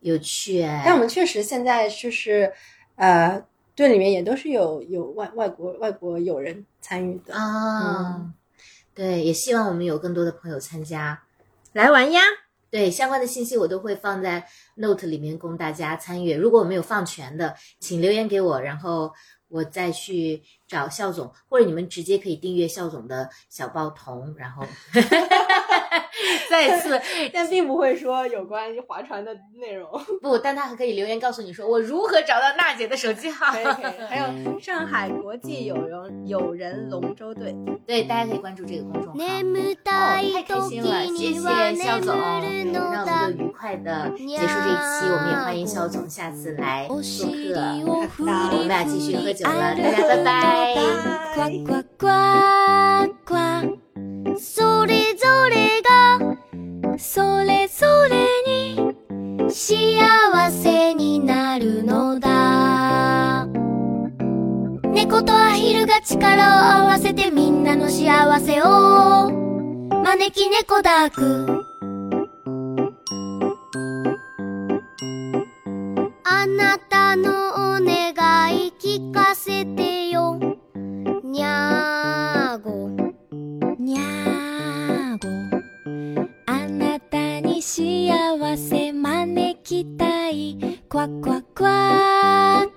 B: 有趣哎，
A: 但我们确实现在就是呃。队里面也都是有有外外国外国友人参与的，
B: 啊、
A: 嗯
B: 对，也希望我们有更多的朋友参加。
A: 来玩呀！
B: 对相关的信息，我都会放在 Note 里面供大家参阅。如果我没有放全的，请留言给我，然后我再去找校总，或者你们直接可以订阅校总的小报童，然
A: (laughs)
B: 后 (laughs) 再次
A: 但并不会说有关于划船的内容。
B: 不，但他还可以留言告诉你说我如何找到娜姐的手机号
A: 可。以可以，还有上海国际友人友人龙舟队。
B: 对，大家可以关注这个公众号。
C: 眠た
B: 哦，太
C: い
B: 开
C: 時
B: 心了，谢谢
C: には
B: 肖
C: 眠
B: 总，
C: る
B: 那
C: の
B: 我们
C: だ
B: 就愉快的结束这一期，我们也欢迎肖总下次来做
C: お尻
B: 客。
C: を振り
B: 我们俩继续
C: 振
B: 喝
C: り
B: 酒了，大家拜
C: 歩
B: 拜。
C: くクワクワクワクワそれぞれがそれぞれに幸せになるのだ猫とアヒルが力を合わせてみんなの幸せを招き猫ダークあなたのお願い聞かせてよ。にゃーご。にゃーご。あなたに幸せ招きたい。クワクワクワ